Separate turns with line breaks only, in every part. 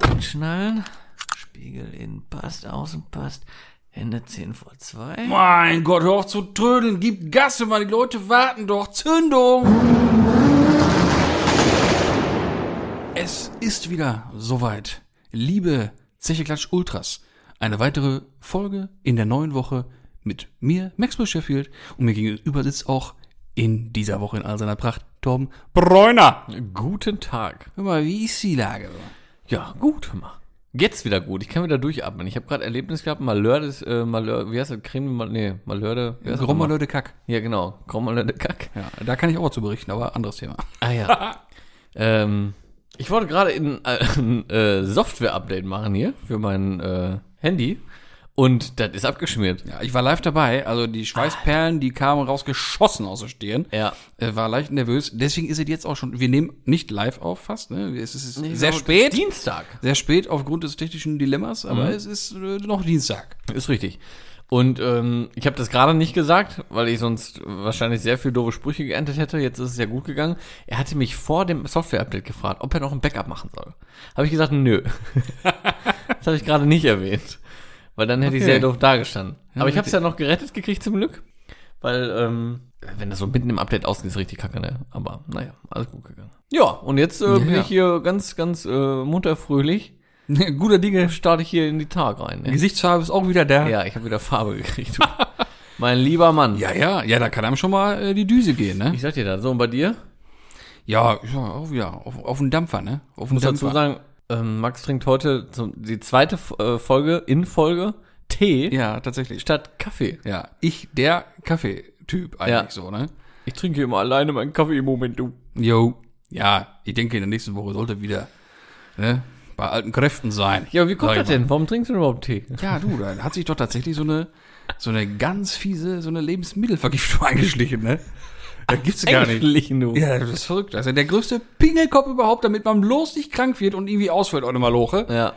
Anschnallen. Spiegel innen passt, außen passt. Hände 10 vor 2.
Mein Gott, hör auf zu trödeln, gib Gas, immer die Leute warten doch. Zündung! Es ist wieder soweit. Liebe Zeche Klatsch Ultras, eine weitere Folge in der neuen Woche mit mir, Maxwell Sheffield, und mir gegenüber sitzt auch in dieser Woche in all seiner Pracht Tom Bräuner.
Guten Tag.
Hör mal, wie ist die Lage?
Ja, gut, hör mal. Jetzt wieder gut. Ich kann wieder durchatmen. Ich habe gerade Erlebnis gehabt. Malheur des, äh, Malheur, wie heißt das? Creme, Mal, nee, Malheur de, wie heißt das
Grommer
nochmal?
Leute Kack.
Ja, genau. Grommelöhr de Kack.
Ja, da kann ich auch zu berichten, aber anderes Thema.
Ah ja. ähm, ich wollte gerade in- äh, ein äh, Software-Update machen hier für mein äh, Handy und das ist abgeschmiert.
Ja, ich war live dabei, also die Schweißperlen, die kamen rausgeschossen aus der Stirn.
Ja.
Äh, war leicht nervös. Deswegen ist es jetzt auch schon, wir nehmen nicht live auf fast, ne? Es ist sehr
Genau,
spät.
Dienstag.
Sehr spät aufgrund des technischen Dilemmas, aber
Mhm.
es ist äh, noch Dienstag.
Ist richtig. Und ähm, ich habe das gerade nicht gesagt, weil ich sonst wahrscheinlich sehr viel doofe Sprüche geerntet hätte. Jetzt ist es ja gut gegangen. Er hatte mich vor dem Software-Update gefragt, ob er noch ein Backup machen soll. Habe ich gesagt, nö. das habe ich gerade nicht erwähnt. Weil dann hätte ich
Okay.
sehr doof dagestanden. Aber ich habe
richtig.
es ja noch gerettet gekriegt zum Glück. Weil, ähm, wenn das so mitten im Update ausgeht, ist richtig kacke, ne? Aber naja, alles gut gegangen. Ja, und jetzt äh, bin
ja.
ich hier ganz, ganz äh, munter fröhlich.
Guter Dinge.
Starte ich hier in die Tag rein. Ne?
Gesichtsfarbe ist auch wieder da.
Ja, ich habe wieder Farbe gekriegt. mein lieber Mann.
ja, ja, ja, da kann einem schon mal äh, die Düse gehen, ne?
Ich sag dir das. So, und bei dir?
Ja, ja, auch wieder. Auf, auf den Dampfer, ne? Auf den
Ich muss dazu sagen, ähm, Max trinkt heute zum, die zweite äh, Folge in Folge Tee
Ja, tatsächlich.
statt Kaffee.
Ja, ich, der Kaffeetyp eigentlich
Ja.
so, ne?
Ich trinke immer alleine meinen Kaffee im Moment, du.
Jo. Ja, ich denke, in der nächsten Woche sollte wieder ne, bei alten Kräften sein.
Ja, aber wie kommt
Sag ich
das denn? Warum trinkst du denn überhaupt Tee?
mal. Ja, du, da hat sich doch tatsächlich so eine, so eine ganz fiese, so eine Lebensmittelvergiftung eingeschlichen, ne? Da gibt's gar nicht.
Eigentlich nur.
Ja, das ist verrückt. Das ist ja der größte Pingelkopf überhaupt, damit man bloß nicht krank wird und irgendwie ausfällt ohne Maloche.
ja.
äh.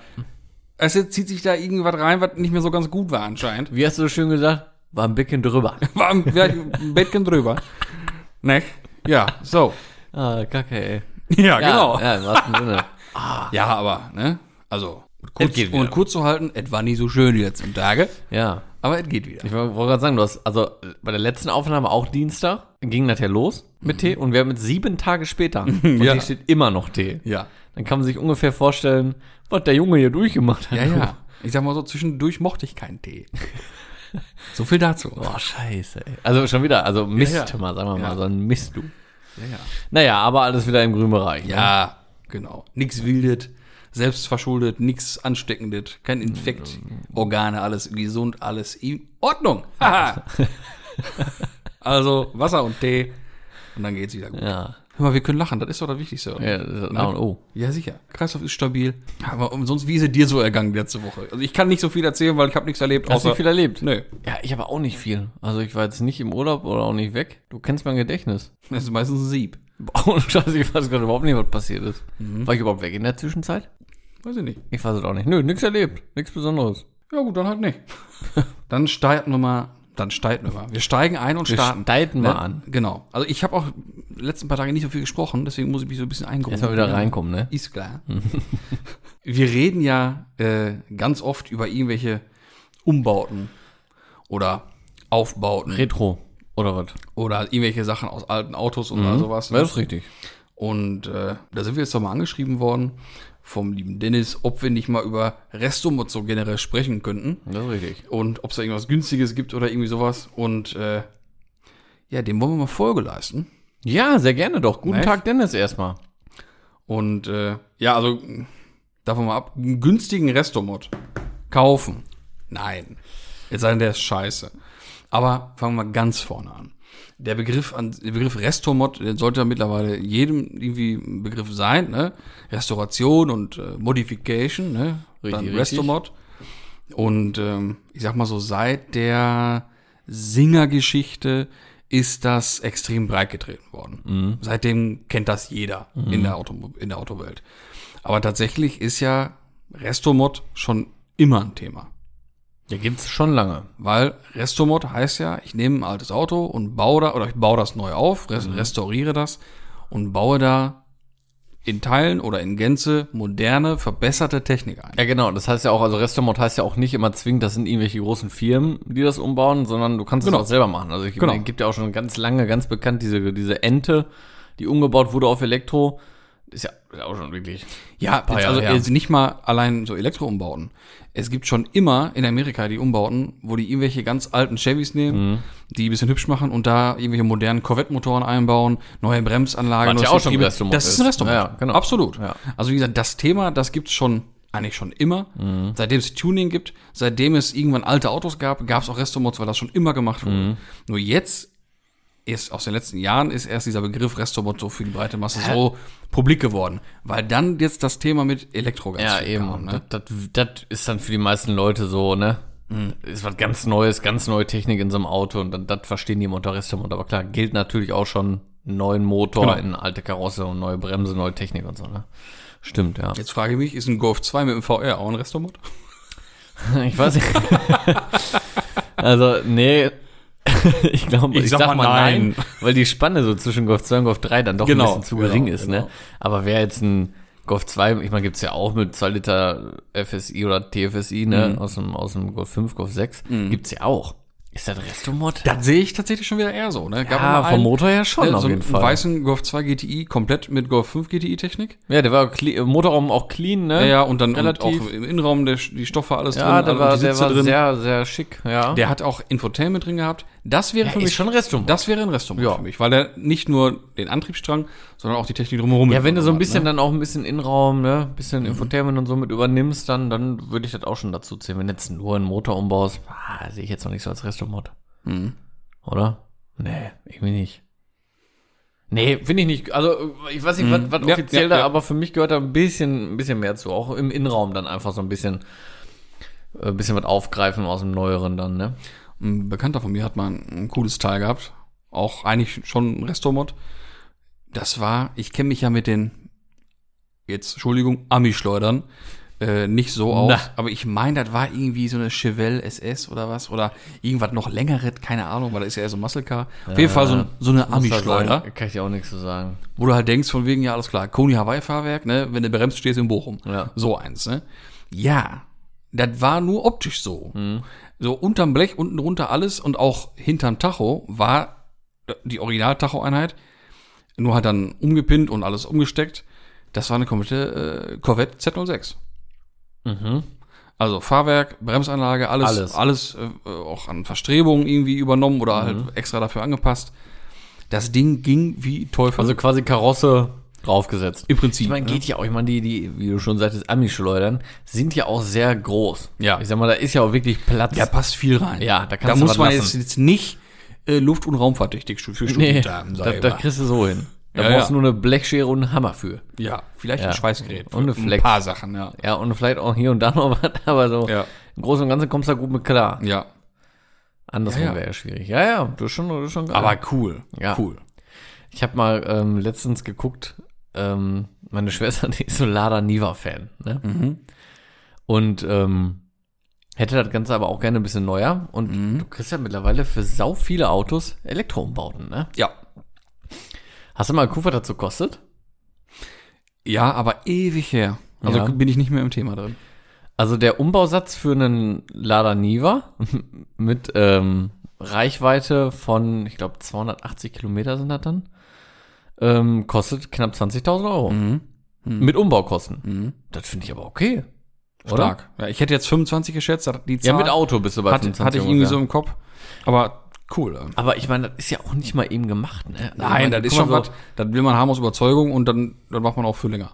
Also zieht sich da irgendwas rein, was nicht mehr so ganz gut war anscheinend.
Wie hast du so schön gesagt? War ein bisschen drüber.
War am- vielleicht ein Bettchen drüber. Ne? Ja, so.
ah, kacke, ey.
Ja, genau. äh,
Ja, genau. im wahrsten Sinne.
Ja, aber, ne? Also, kurz,
geht wieder.
und kurz zu halten, es war nie so schön die letzten Tage,
Ja.
aber es geht wieder.
Ich wollte gerade sagen, du hast, also äh, bei der letzten Aufnahme auch Dienstag, ging das ja los mit Tee und wir haben jetzt sieben Tage später und
Ja.
hier steht immer noch Tee.
Ja.
Dann kann man sich ungefähr vorstellen, was der Junge hier durchgemacht hat.
Ja, ja. Ich sag mal so, zwischendurch mochte ich keinen Tee. so viel dazu.
Boah, Oh, scheiße, ey. Also schon wieder, also Mist
Ja, ja.
mal, sagen wir mal,
Ja.
so ein Mist du.
Ja, ja.
Naja, aber alles wieder im grünen Bereich. ne?
ja genau. Nix wildet, selbstverschuldet, nix ansteckendes, kein Infekt, Organe, alles gesund, alles in Ordnung. Haha. also Wasser und Tee und dann geht's wieder gut.
Ja.
Hör mal, wir können lachen, das ist doch das Wichtigste.
ja das ist Oh. A und O.
Ja, sicher. Kreislauf ist stabil. Aber umsonst, wie ist es dir so ergangen letzte Woche? Also ich kann nicht so viel erzählen, weil ich habe nichts erlebt.
Hast du viel erlebt?
Nö.
Ja, ich habe auch nicht viel. Also ich war jetzt nicht im Urlaub oder auch nicht weg. Du kennst mein Gedächtnis.
Das ist meistens ein Sieb.
Boah, Scheiße, ich weiß gerade überhaupt nicht, was passiert ist.
Mhm.
War ich überhaupt weg in der Zwischenzeit?
Weiß ich nicht.
Ich weiß es auch nicht. Nö, nix erlebt. Nix Besonderes.
Ja gut, dann halt nicht. dann steigen wir mal. Dann steigen wir mal. Wir steigen ein und starten.
Steiten
Ne? Genau. Also ich habe auch die letzten paar Tage nicht so viel gesprochen, deswegen muss ich mich so ein bisschen eingrooven.
Erstmal wieder reinkommen, ne?
Ist klar. wir reden ja äh, ganz oft über irgendwelche Umbauten oder Aufbauten
Retro. Oder was?
oder irgendwelche Sachen aus alten Autos
Mhm.
oder sowas. ne?
Das ist richtig.
Und äh, da sind wir jetzt doch mal angeschrieben worden vom lieben Dennis, ob wir nicht mal über Restomod so generell sprechen könnten
Das ist richtig.
und ob es da irgendwas Günstiges gibt oder irgendwie sowas. Und äh, ja, dem wollen wir mal Folge leisten.
Ja, sehr gerne doch. Guten
Ne?
Tag, Dennis, erstmal.
Und äh, ja, also mh, davon mal ab, einen günstigen Restomod kaufen. Nein. Jetzt sagen, der ist scheiße. Aber fangen wir mal ganz vorne an. Der Begriff, an, der Begriff Restomod der sollte ja mittlerweile jedem irgendwie ein Begriff sein. Ne? Restauration und äh, Modification, ne? Dann
Richtig, richtig.
Restomod. Und ähm, ich sag mal so, seit der Singergeschichte ist das extrem breit getreten worden.
Mhm.
Seitdem kennt das jeder in, der Auto, in der Autowelt. Aber tatsächlich ist ja Restomod schon immer ein Thema.
Ja, gibt's schon lange.
Weil Restomod heißt ja, ich nehme ein altes Auto und baue da, oder ich baue das neu auf, res- restauriere das und baue da in Teilen oder in Gänze moderne, verbesserte Technik ein.
Ja, genau. Das heißt ja auch, also Restaurant heißt ja auch nicht immer zwingend, das sind irgendwelche großen Firmen, die das umbauen, sondern du kannst es auch selber machen. Also ich
Genau.
meine, gibt ja auch schon ganz lange, ganz bekannt diese, diese Ente, die umgebaut wurde auf Elektro. Ist ja ist auch schon wirklich.
Ja,
paar
jetzt also
Jahre her.
jetzt nicht mal allein so Elektroumbauten. Es gibt schon immer in Amerika die Umbauten, wo die irgendwelche ganz alten Chevys
Mhm.
nehmen, die ein bisschen hübsch machen und da irgendwelche modernen Corvette-Motoren einbauen, neue Bremsanlagen.
Was
neues
ja auch schon ein
Getriebe.
Restaurant
Das ist ein
ist.
Restaurant.
Ja, ja, genau.
Absolut.
Ja.
Also wie gesagt, das Thema, das gibt's schon eigentlich schon immer.
Mhm.
Seitdem es Tuning gibt, seitdem es irgendwann alte Autos gab, gab's auch Restaurants, weil das schon immer gemacht wurde.
Mhm.
Nur jetzt ist aus den letzten Jahren ist erst dieser Begriff Restaurant so für die breite Masse so publik geworden, weil dann jetzt das Thema mit Elektro ganz
Ja,
viel
eben.
kam, ne?
das, das, das ist dann für die meisten Leute so, ne?
Mhm.
Ist was ganz Neues, ganz neue Technik in so einem Auto und dann das verstehen die im Unterrestaurant. Aber klar, gilt natürlich auch schon einen neuen Motor
Genau.
in eine alte Karosse und neue Bremse, neue Technik und so, ne? Stimmt, ja.
Jetzt frage ich mich, ist ein Golf 2 mit dem VR auch ein Restaurant?
Ich weiß nicht. also, nee. ich glaube, ich,
sag
sag
mal
mal nein,
nein.
weil die Spanne so zwischen Golf 2 und Golf 3 dann doch
Genau,
ein bisschen zu
genau,
gering ist,
genau.
ne? Aber wer jetzt ein Golf 2, ich meine, gibt's ja auch mit 2 Liter FSI oder TFSI, ne?
Mhm.
Aus, dem, aus dem Golf 5, Golf 6, gibt's ja auch. Ist das Restomod?
Das sehe ich tatsächlich schon wieder eher so, ne? Gab
Ja,
immer
vom Motor her schon
ne,
auf
so
jeden Fall.
Einen weißen Golf 2 GTI komplett mit Golf 5 GTI Technik.
Ja, der war cle- im Motorraum auch clean, ne?
Ja, ja, und dann und
Relativ.
auch im Innenraum der, die Stoffe alles
ja der
alle-
war,
und die
der
Sitze
war
drin.
sehr, sehr schick, ja.
der hat auch Infotainment drin gehabt. Das wäre für mich
Restomod.
Das wäre ein Restaurant
Ja.
für mich, weil er nicht nur den Antriebsstrang, sondern auch die Technik drumherum.
Ja, wenn du so ein
hat, ne?
bisschen dann auch ein bisschen Innenraum, ne, ein bisschen Infotainment und so mit übernimmst, dann, dann würde ich das auch schon dazu zählen. Wenn du jetzt nur einen Motor umbaust, ah, sehe ich jetzt noch nicht so als Restomod.
Mhm.
Oder? Nee, irgendwie nicht. Nee, finde ich nicht. Also, ich weiß nicht, was, was
Mhm. Ja,
offiziell
ja,
da,
ja.
aber für mich gehört da ein bisschen, ein bisschen mehr zu. Auch im Innenraum dann einfach so ein bisschen, äh, ein bisschen was aufgreifen aus dem Neueren dann, ne?
Ein Bekannter von mir hat mal ein, ein cooles Teil gehabt. Auch eigentlich schon ein Restomod. Das war, ich kenne mich ja mit den, jetzt, Entschuldigung, Ami-Schleudern äh, nicht so aus.
Na.
Aber ich meine, das war irgendwie so eine Chevelle SS oder was. Oder irgendwas noch längeres, keine Ahnung, weil das ist ja eher so ein Muscle-Car. Auf jeden Fall so, ein- so eine
Muss das
Ami-Schleuder.
sein? Kann ich dir auch nichts zu sagen.
Wo du halt denkst, von wegen, ja, alles klar, Koni Hawaii-Fahrwerk, ne, wenn du bremst, stehst du in Bochum.
Ja.
So eins, ne? Ja, das war nur optisch so.
Mhm.
So unterm Blech, unten drunter alles und auch hinterm Tacho war die Original-Tacho-Einheit, nur halt dann umgepinnt und alles umgesteckt. Das war eine komplette äh, Corvette Z06.
Mhm.
Also Fahrwerk, Bremsanlage, alles,
Alles.
alles, äh, auch an Verstrebungen irgendwie übernommen oder
Mhm.
halt extra dafür angepasst. Das Ding ging wie Teufel.
Also quasi Karosse draufgesetzt.
im Prinzip.
Ich meine,
ne?
geht ja auch, ich meine, die, die, wie du schon sagtest, Ami-Schleudern sind ja auch sehr groß.
Ja.
Ich sag mal, da ist ja auch wirklich Platz.
Da passt viel rein.
Ja, da kannst
da
du was
muss man
lassen.
jetzt, jetzt nicht äh, Luft- und Raumfahrttechnik stu- für studiert
nee,
haben.
da,
sag ich
da
mal.
kriegst du so hin. Da
Ja,
brauchst du
ja.
nur eine Blechschere und einen Hammer für.
ja, vielleicht
Ja.
ein Schweißgerät.
Und eine Flex.
Ein paar Sachen, ja.
Ja, und vielleicht auch hier und da noch was, aber so
Ja.
im Großen und Ganzen kommst du da gut mit klar.
Ja,
Andersrum
Ja, ja.
wäre ja schwierig. Ja, ja, das ist schon, das ist schon geil.
aber cool.
Ja.
Cool.
Ich habe mal ähm, letztens geguckt, ähm, meine Schwester, die ist so Lada Niva-Fan. Ne? Und ähm, hätte das Ganze aber auch gerne ein bisschen neuer. Und du kriegst ja mittlerweile für sau viele Autos Elektroumbauten. Ne?
Ja.
Hast du mal geguckt, was dazu kostet?
Ja, aber ewig her. Also
Ja.
bin ich nicht mehr im Thema drin.
Also der Umbausatz für einen Lada Niva mit ähm, Reichweite von, ich glaube, 280 Kilometer sind das dann, ähm, kostet knapp 20.000 Euro.
Mhm.
Mit Umbaukosten. Das finde ich aber okay.
Stark. Ja, ich hätte jetzt 25 geschätzt. hat- Die
Ja,
Zahl
mit Auto bist du bei
hat,
25
hatte ich irgendwie
ungefähr.
so im Kopf. Aber cool. ähm.
Aber ich meine, das ist ja auch nicht mal eben gemacht, ne? Also ich
Nein,
meine,
das ist
guck
schon
mal
was. Das will man haben aus Überzeugung und dann, dann macht man auch für länger.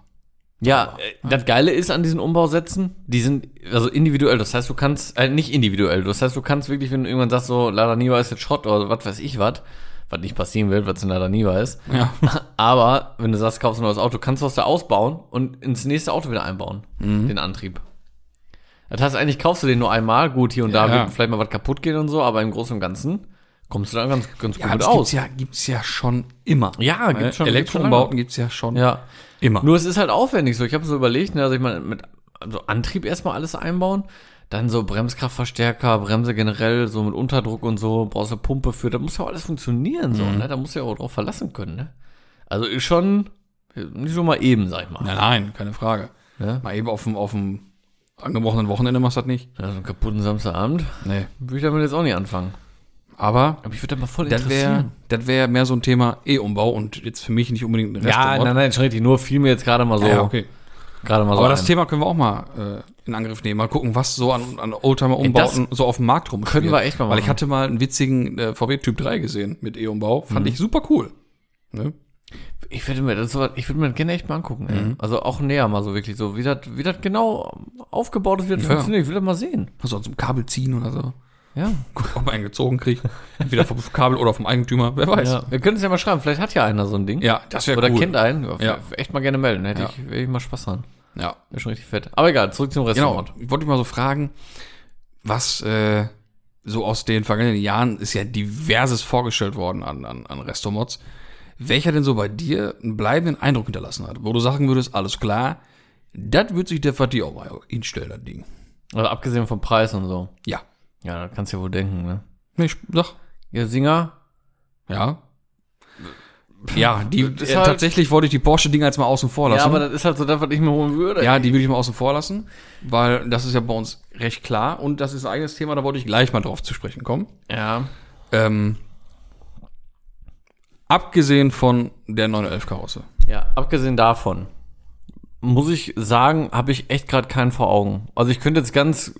Ja, äh, das Geile ist an diesen Umbausätzen, die sind also individuell. Das heißt, du kannst, äh, nicht individuell, das heißt, du kannst wirklich, wenn du irgendwann sagst, so, Lada Niva ist jetzt Schrott oder was weiß ich was, was nicht passieren wird, weil es ein Lada Niva ist.
Ja.
Aber wenn du sagst, kaufst ein neues Auto, kannst du das da ausbauen und ins nächste Auto wieder einbauen,
Mhm.
den Antrieb. Das heißt, eigentlich kaufst du den nur einmal, gut, hier und da
Ja.
wird vielleicht mal was kaputt gehen und so, aber im Großen und Ganzen kommst du da ganz, ganz gut
aber
mit
das
aus.
gibt's ja, gibt's ja schon immer.
Ja, gibt's
Äh,
schon- gibt's schon
Elektroumbauten gibt's ja schon
ja.
immer.
Nur es ist halt aufwendig so. Ich habe so überlegt, ne, also ich meine, mit also Antrieb erstmal alles einbauen, dann so Bremskraftverstärker, Bremse generell, so mit Unterdruck und so, brauchst du eine Mhm. Pumpe für, da muss ja auch alles funktionieren, so, ne? Da musst du ja auch drauf verlassen können, ne? Also ist schon, Nicht so mal eben, sag ich mal.
Nein, nein, keine Frage.
Ja.
Mal eben auf dem, auf dem angebrochenen Wochenende machst du das nicht.
Ja, so Also einen kaputten Samstagabend
Nee.
würde ich damit jetzt auch nicht anfangen.
Aber
Aber ich würde da mal voll
das wäre
interessieren.
das wär mehr so ein Thema E-Umbau und jetzt für mich nicht unbedingt ein
ja, nein, nein, Schritti, nur fiel mir jetzt gerade mal so.
Ja, okay.
Gerade mal so.
Aber das
ein.
Thema können wir auch mal äh, in Angriff nehmen. Mal gucken, was so an, an Oldtimer-Umbauten so auf dem Markt rumspielt.
können wir echt mal
Weil
machen.
ich hatte mal einen witzigen äh, VW Typ 3 gesehen mit E-Umbau. Fand ich super cool. Ne?
Ich würde mir das sowas- ich würde mir das gerne echt mal angucken, ey.
Mhm.
Also auch näher mal so wirklich so, wie das, wie das genau aufgebaut ist, wie das
Ja.
funktioniert. Ich will das mal sehen.
Muss man zum Kabel ziehen oder so.
Ja.
Guck, ob man einen gezogen kriegt. Entweder vom Kabel oder vom Eigentümer. Wer weiß.
ja. Ihr könnt es ja mal schreiben, vielleicht hat ja einer so ein Ding.
Ja, das wäre
Oder
cool.
kennt einen. Ja,
Ja.
Echt mal gerne melden. Hätte
Ja.
ich, hätte ich mal Spaß dran.
Ja,
Wäre schon richtig fett. Aber egal, zurück zum
genau.
Restaurant.
Ich wollte dich mal so fragen, was äh, so aus den vergangenen Jahren ist ja diverses vorgestellt worden an, an, an Restaurants. Welcher denn so bei dir einen bleibenden Eindruck hinterlassen hat, wo du sagen würdest, alles klar, das wird sich der Fatih auch mal hinstellen, das Ding.
Also abgesehen vom Preis und so.
Ja.
Ja, das kannst du ja wohl denken, ne?
Nee, Ich sag,
Ihr Singer,
ja. Ja, die,
Ist
äh,
halt-
tatsächlich wollte ich die Porsche-Dinger jetzt mal außen vor lassen.
Ja, aber das ist halt so das, was ich mir holen würde.
Ja, die würde ich mal außen vor lassen, weil das ist ja bei uns recht klar und das ist ein eigenes Thema, da wollte ich gleich mal drauf zu sprechen kommen.
Ja.
Ähm, abgesehen von der 911-Karosse.
Ja, abgesehen davon muss ich sagen, habe ich echt gerade keinen vor Augen. Also ich könnte jetzt ganz,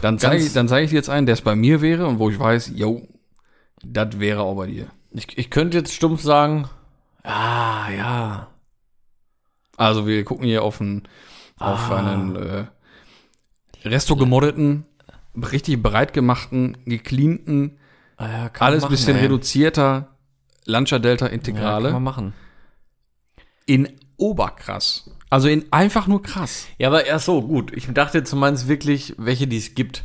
Dann zeige
Ganz-
ich, dann zeig ich dir jetzt einen, der es bei mir wäre und wo ich weiß, yo, das wäre auch bei dir.
ich, ich könnte jetzt stumpf sagen, ah ja,
Also wir gucken hier auf einen, auf
Ah.
einen äh, resto-gemoddelten, richtig breit gemachten, gecleanten,
ah, ja kann
alles ein
man
bisschen
ey.
reduzierter Lancia Delta
Ja,
Integrale.
kann man machen.
in oberkrass. Also in einfach nur krass.
Ja, aber erst so, gut. Ich dachte jetzt, du meinst wirklich, welche, die es gibt.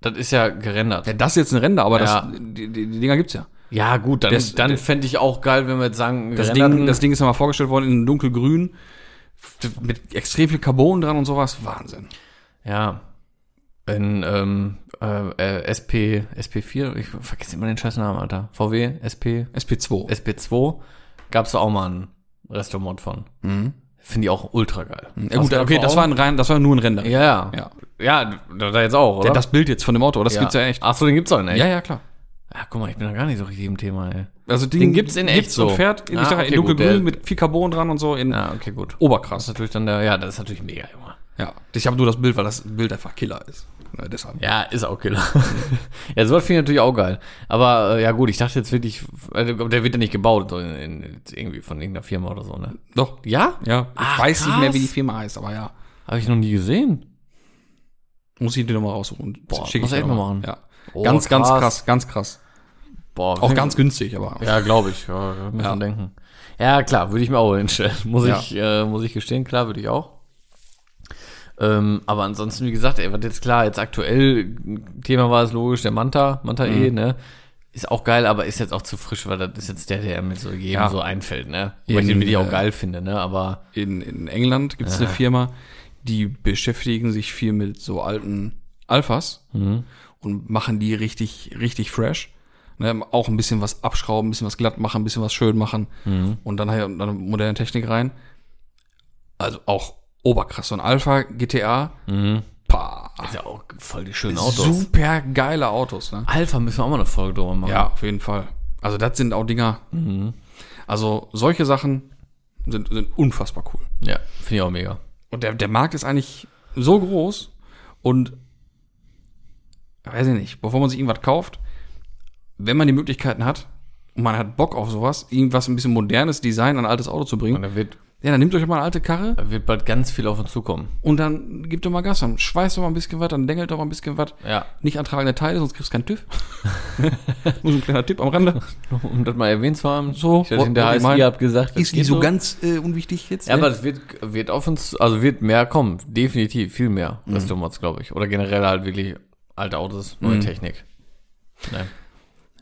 Das ist ja gerendert.
Ja, das ist jetzt ein Render, aber
Ja.
das, die, die, die Dinger gibt's ja.
Ja, gut, dann,
Das-
dann
das-
fände ich auch geil, wenn wir jetzt sagen,
Das
gerenderten-
Ding, das Ding ist ja mal vorgestellt worden in dunkelgrün, f- mit extrem viel Carbon dran und sowas. Wahnsinn.
Ja. In ähm, äh, äh, SP, SP4, ich vergesse immer den scheiß Namen, Alter. VW, SP,
SP2.
SP2 gab's da auch mal ein Restomod von. Finde ich auch ultra geil.
ja gut, okay, das war, ein rein, das war nur ein Render.
also Ja, ja.
Ja.
Ja, da, da jetzt auch, oder?
Ja, Das Bild jetzt von dem Auto, das gibt's ja echt.
Ach so, den gibt's auch in echt.
Ja, ja, klar.
Ah, guck mal, ich bin da gar nicht so richtig im Thema, ey.
Also
Den gibt's in echt
und
so.
fährt, in,
Ah,
ich sag, ja,
okay,
in
gut,
dunkelgrün
der-
mit viel Carbon dran und so in
Ja, Ah, okay, gut. Das
oberkrass.
ist natürlich dann der, ja, das ist natürlich mega, Junge.
Ja. Ich habe nur das Bild, weil das Bild einfach Killer ist. Ja, deshalb.
Ja, ist auch Killer. ja, sowas finde ich natürlich auch geil. Aber äh, ja gut, ich dachte jetzt wirklich, also, der wird ja nicht gebaut, so in, in, irgendwie von irgendeiner Firma oder so, ne?
Doch.
Ja?
Ja. Ich
Ah,
weiß nicht mehr, wie die
krass.
Firma heißt, aber ja.
Habe ich noch nie gesehen.
Muss ich dir nochmal raussuchen.
Boah,
Schick
muss
ich dir
ich echt
noch
mal machen.
Ja.
Oh,
ganz, ganz
krass.
krass, ganz krass.
Boah,
Auch ganz günstig, aber.
Ja, glaube ich. Ja, kann mir
Ja.
schon denken. Ja, klar, würde ich mir auch hinstellen. Muss
Ja.
ich, äh, muss ich gestehen, klar, würde ich auch. Ähm, aber ansonsten, wie gesagt, ey, was jetzt klar, jetzt aktuell Thema war es logisch, der Manta, Manta
Mhm.
E, ne? Ist auch geil, aber ist jetzt auch zu frisch, weil das ist jetzt der, der mir so jedem
Ja.
so einfällt, ne? Weil
In,
ich den wirklich
äh,
auch geil finde, ne? Aber
In, in England gibt es eine Firma, die beschäftigen sich viel mit so alten Alphas
Mhm.
und machen die richtig, richtig fresh. Ne, auch ein bisschen was abschrauben, ein bisschen was glatt machen, ein bisschen was schön machen
Mhm.
und dann halt dann moderne Technik rein. Also auch oberkrass. So ein Alpha GTA,
Mhm.
pah,
ist ja auch voll die schönen Autos.
super geile Autos. Ne?
Alpha müssen wir auch mal eine Folge drüber machen.
Ja, auf jeden Fall. Also das sind auch Dinger. Also solche Sachen sind, sind unfassbar cool.
Ja, finde ich auch mega.
Und der, der Markt ist eigentlich so groß und weiß ich nicht, bevor man sich irgendwas kauft, wenn man die Möglichkeiten hat und man hat Bock auf sowas, irgendwas ein bisschen modernes Design an ein altes Auto zu
Und
bringen,
da wird,
ja, dann nehmt euch mal eine alte Karre
da wird bald ganz viel auf uns zukommen.
und dann gebt doch mal Gas, dann schweißt doch mal ein bisschen was, dann dengelt doch mal ein bisschen was.
Ja.
Nicht antragende Teile, sonst kriegst du keinen TÜV. Nur so ein kleiner Tipp am Rande.
um das mal erwähnt zu haben.
So,
ich hatte
wo-
in der
wo- ich
HSI
mein,
hab gesagt, das
Ist
geht
nicht so ganz äh, unwichtig jetzt.
Ja,
ne?
aber es wird, wird auf uns, also wird mehr kommen. Definitiv viel mehr
Mhm.
Restaurants, glaube ich. Oder generell halt wirklich alte Autos,
Mhm.
neue Technik. Nein.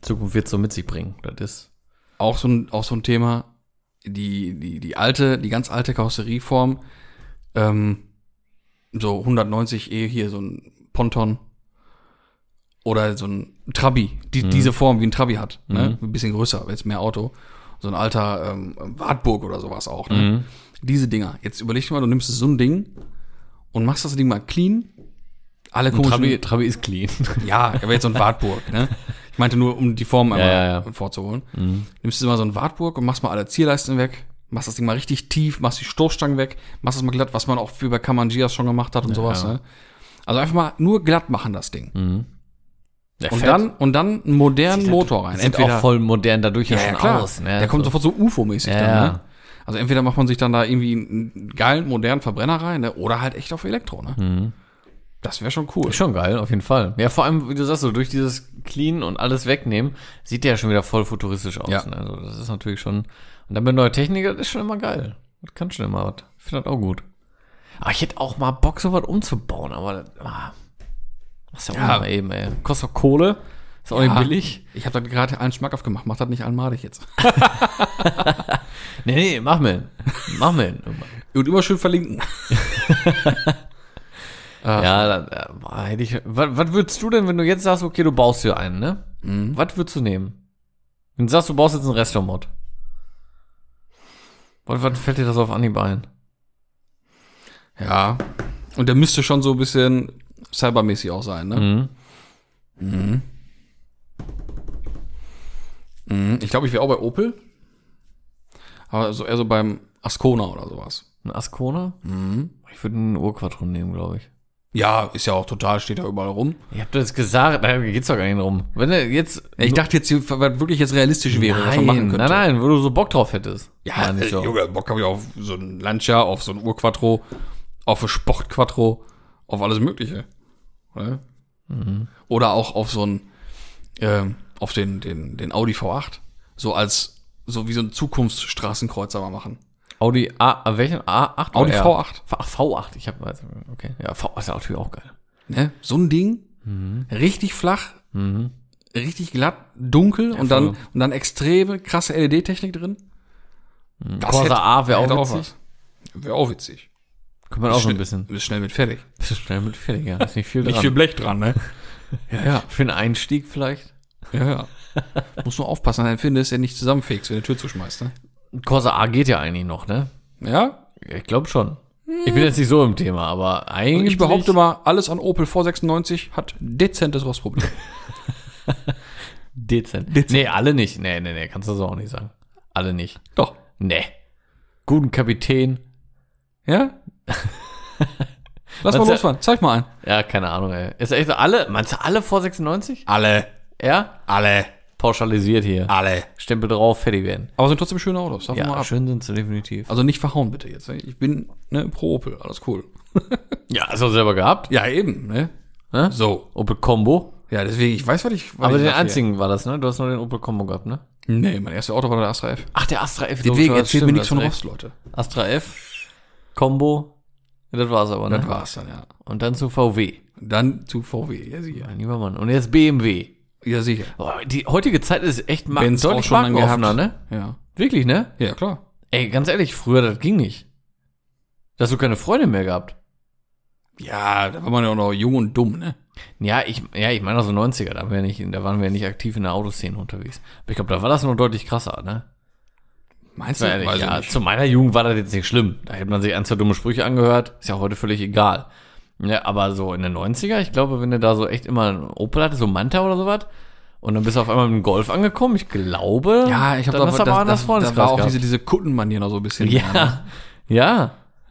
Zukunft wird so mit sich bringen. Das ist.
auch so ein, auch so ein Thema, die, die, die alte, die ganz alte Karosserieform, ähm, so 190 E hier, so ein Ponton oder so ein Trabi, die, diese Form wie ein Trabi hat, ne? ein bisschen größer, aber jetzt mehr Auto. so ein alter ähm, Wartburg oder sowas auch. Ne? Diese Dinger. Jetzt überleg dir mal, du nimmst so ein Ding und machst das Ding mal clean. Alle komischen.
Trabi, Trabi ist clean.
Ja, aber jetzt so ein Wartburg, ne? Ich meinte nur, um die Form einmal
ja, Mhm. ja.
vorzuholen. Nimmst du mal so ein Wartburg und machst mal alle Zierleisten weg, machst das Ding mal richtig tief, machst die Stoßstangen weg, machst das mal glatt, was man auch für bei Kamanjias schon gemacht hat und sowas, ne? Also einfach mal nur glatt machen das Ding. Und dann, und dann einen modernen Motor rein.
Mhm. sieht auch voll modern dadurch ja,
ja,
schon
ja, klar.
aus. Ne?
Der kommt sofort so UFO-mäßig
Ja,
dann, ne?
ja.
Also entweder macht man sich dann da irgendwie einen geilen, modernen Verbrenner rein, ne? oder halt echt auf Elektro, ne?
Mhm.
Das wäre schon cool.
Ist schon geil, auf jeden Fall. Ja, vor allem, wie du sagst, so durch dieses Clean und alles wegnehmen, sieht der ja schon wieder voll futuristisch aus.
Ja.
Ne? Also das ist natürlich schon. Und dann mit neuer Technik, das ist schon immer geil. Das kann schon immer was. Ich finde das auch gut. Aber ich hätte auch mal Bock, so was umzubauen, aber das, ah, das ist ja,
Ja.
auch mal eben, ey. Kostet auch Kohle, ist auch nicht
Ah,
billig.
Ich habe da gerade einen schmackhaft gemacht. Mach das nicht einmalig jetzt.
Nee, nee, mach mir. Mach mir.
Und immer schön verlinken.
ja, dann, äh, boah, hätte ich. Was, was würdest du denn, wenn du jetzt sagst, okay, du baust hier einen, ne?
Mhm.
Was würdest du nehmen? Wenn du sagst, du baust jetzt einen Restaurant. Was, was fällt dir das auf Anhieb ein?
Ja. Und der müsste schon so ein bisschen cybermäßig auch sein, ne?
Mhm.
Mhm. Ich glaube, ich wäre auch bei Opel. Aber so eher so beim Ascona oder sowas.
Ein Ascona?
Mhm.
Ich würde einen Urquadron nehmen, glaube ich.
Ja, ist ja auch total, steht da überall rum.
Ihr habt das gesagt, da geht's doch gar nicht drum. Wenn du jetzt.
Ja, ich dachte jetzt, was wirklich jetzt realistisch wäre, was man
nein,
machen könnte.
nein, nein, wo du so Bock drauf hättest.
Ja,
Meine ich
äh, Junge, Bock habe ich auf so einen Lancia, auf so einen Urquattro, auf ein Sportquattro, auf alles Mögliche. Oder,
Mhm.
Oder auch auf so einen, ähm, auf den, den, den Audi V8. So als, so wie so ein Zukunftsstraßenkreuzer mal machen.
Audi A, äh, welchen? A8?
Audi
oder R?
V8.
V- Ach, V8, ich habe okay. Ja, V8 ist ja natürlich auch geil.
Ne? So ein Ding,
Mhm.
richtig flach, richtig glatt, dunkel und, dann,
voll.
und dann extreme, krasse LED-Technik drin. Das
Mhm. Corsa A wäre auch
hätte
witzig.
was. Wäre auch witzig.
Kommt man auch so ein
Schnell-
bisschen.
Bist schnell mit fertig.
Bist schnell mit fertig, ja. Ist nicht viel dran.
Blech dran, ne? ja, ja.
Für einen Einstieg vielleicht.
Ja, ja. Muss nur aufpassen, dein Finde ist ja nicht zusammenfegst, wenn du die Tür zuschmeißt, ne?
Corsa A geht ja eigentlich noch, ne?
Ja?
Ich glaube schon. Ich bin jetzt nicht so im Thema, aber eigentlich.
Ich behaupte mal, alles an Opel vor 96 hat dezentes Rostproblem.
Dezent. Nee, alle nicht. Nee, nee, nee, kannst du so auch nicht sagen. Alle nicht.
Doch.
Nee. Guten Kapitän.
Ja? Lass mal
Was-
losfahren, zeig mal ein.
Ja, keine Ahnung, ey. Ist echt so alle? Meinst du alle vor 96?
Alle,
Ja?
alle,
Pauschalisiert hier.
alle.
Stempel drauf, fertig werden.
Aber sind trotzdem schöne Autos, sag mal ab.
schön sind sie definitiv.
Also nicht verhauen bitte jetzt, ne? Ich bin ne, pro Opel, alles cool.
Ja, hast du selber gehabt.
Ja, eben, ne?
Ne?
So.
Opel Combo.
Ja, deswegen, ich weiß, was ich... Was
Aber
ich
den
sag hier.
einzigen war das, ne? Du hast nur den Opel Combo gehabt, ne?
Nee, mein erstes Auto war der Astra F.
Ach, der Astra F.
Deswegen
logischerweise,
erzählt mir
stimmt,
nichts von
hast recht.
Rost, Leute.
Astra F, Combo, ja, das war's aber, ne?
Das war's dann, ja.
Und dann zu VW,
Dann zu VW, ja sicher.
mein lieber Mann. Und jetzt BMW.
Ja, sicher.
Boah, die heutige Zeit ist echt ma-
Benz auch
deutlich
schon lange
markenoffener,
gehabt.
ne?
Ja.
Wirklich, ne?
Ja, klar.
Ey, ganz ehrlich, früher, das ging nicht. Da hast du keine Freunde mehr gehabt.
Ja, da war man ja auch noch jung und dumm, ne?
Ja, ich, ja, ich meine also 90er, da, haben wir nicht, da waren wir nicht aktiv in der Autoszene unterwegs. Aber ich glaube, da war das noch deutlich krasser, ne?
Meinst
Mal
Weiß
Ehrlich,
ich
ja,
nicht.
zu meiner Jugend war das jetzt nicht schlimm. Da hätte man sich ein, zwei dumme Sprüche angehört. Ist ja heute völlig egal. Ja, aber so in den 90er, ich glaube, wenn du da so echt immer einen Opel hattest, so Manta oder sowas, und dann bist du auf einmal mit dem Golf angekommen, ich glaube,
Ja, ich habe
dann hast du aber anders
da war
Freundeskreis
auch
gehabt.
diese, diese Kuttenmanier noch so ein bisschen. ne?
Ja, ja.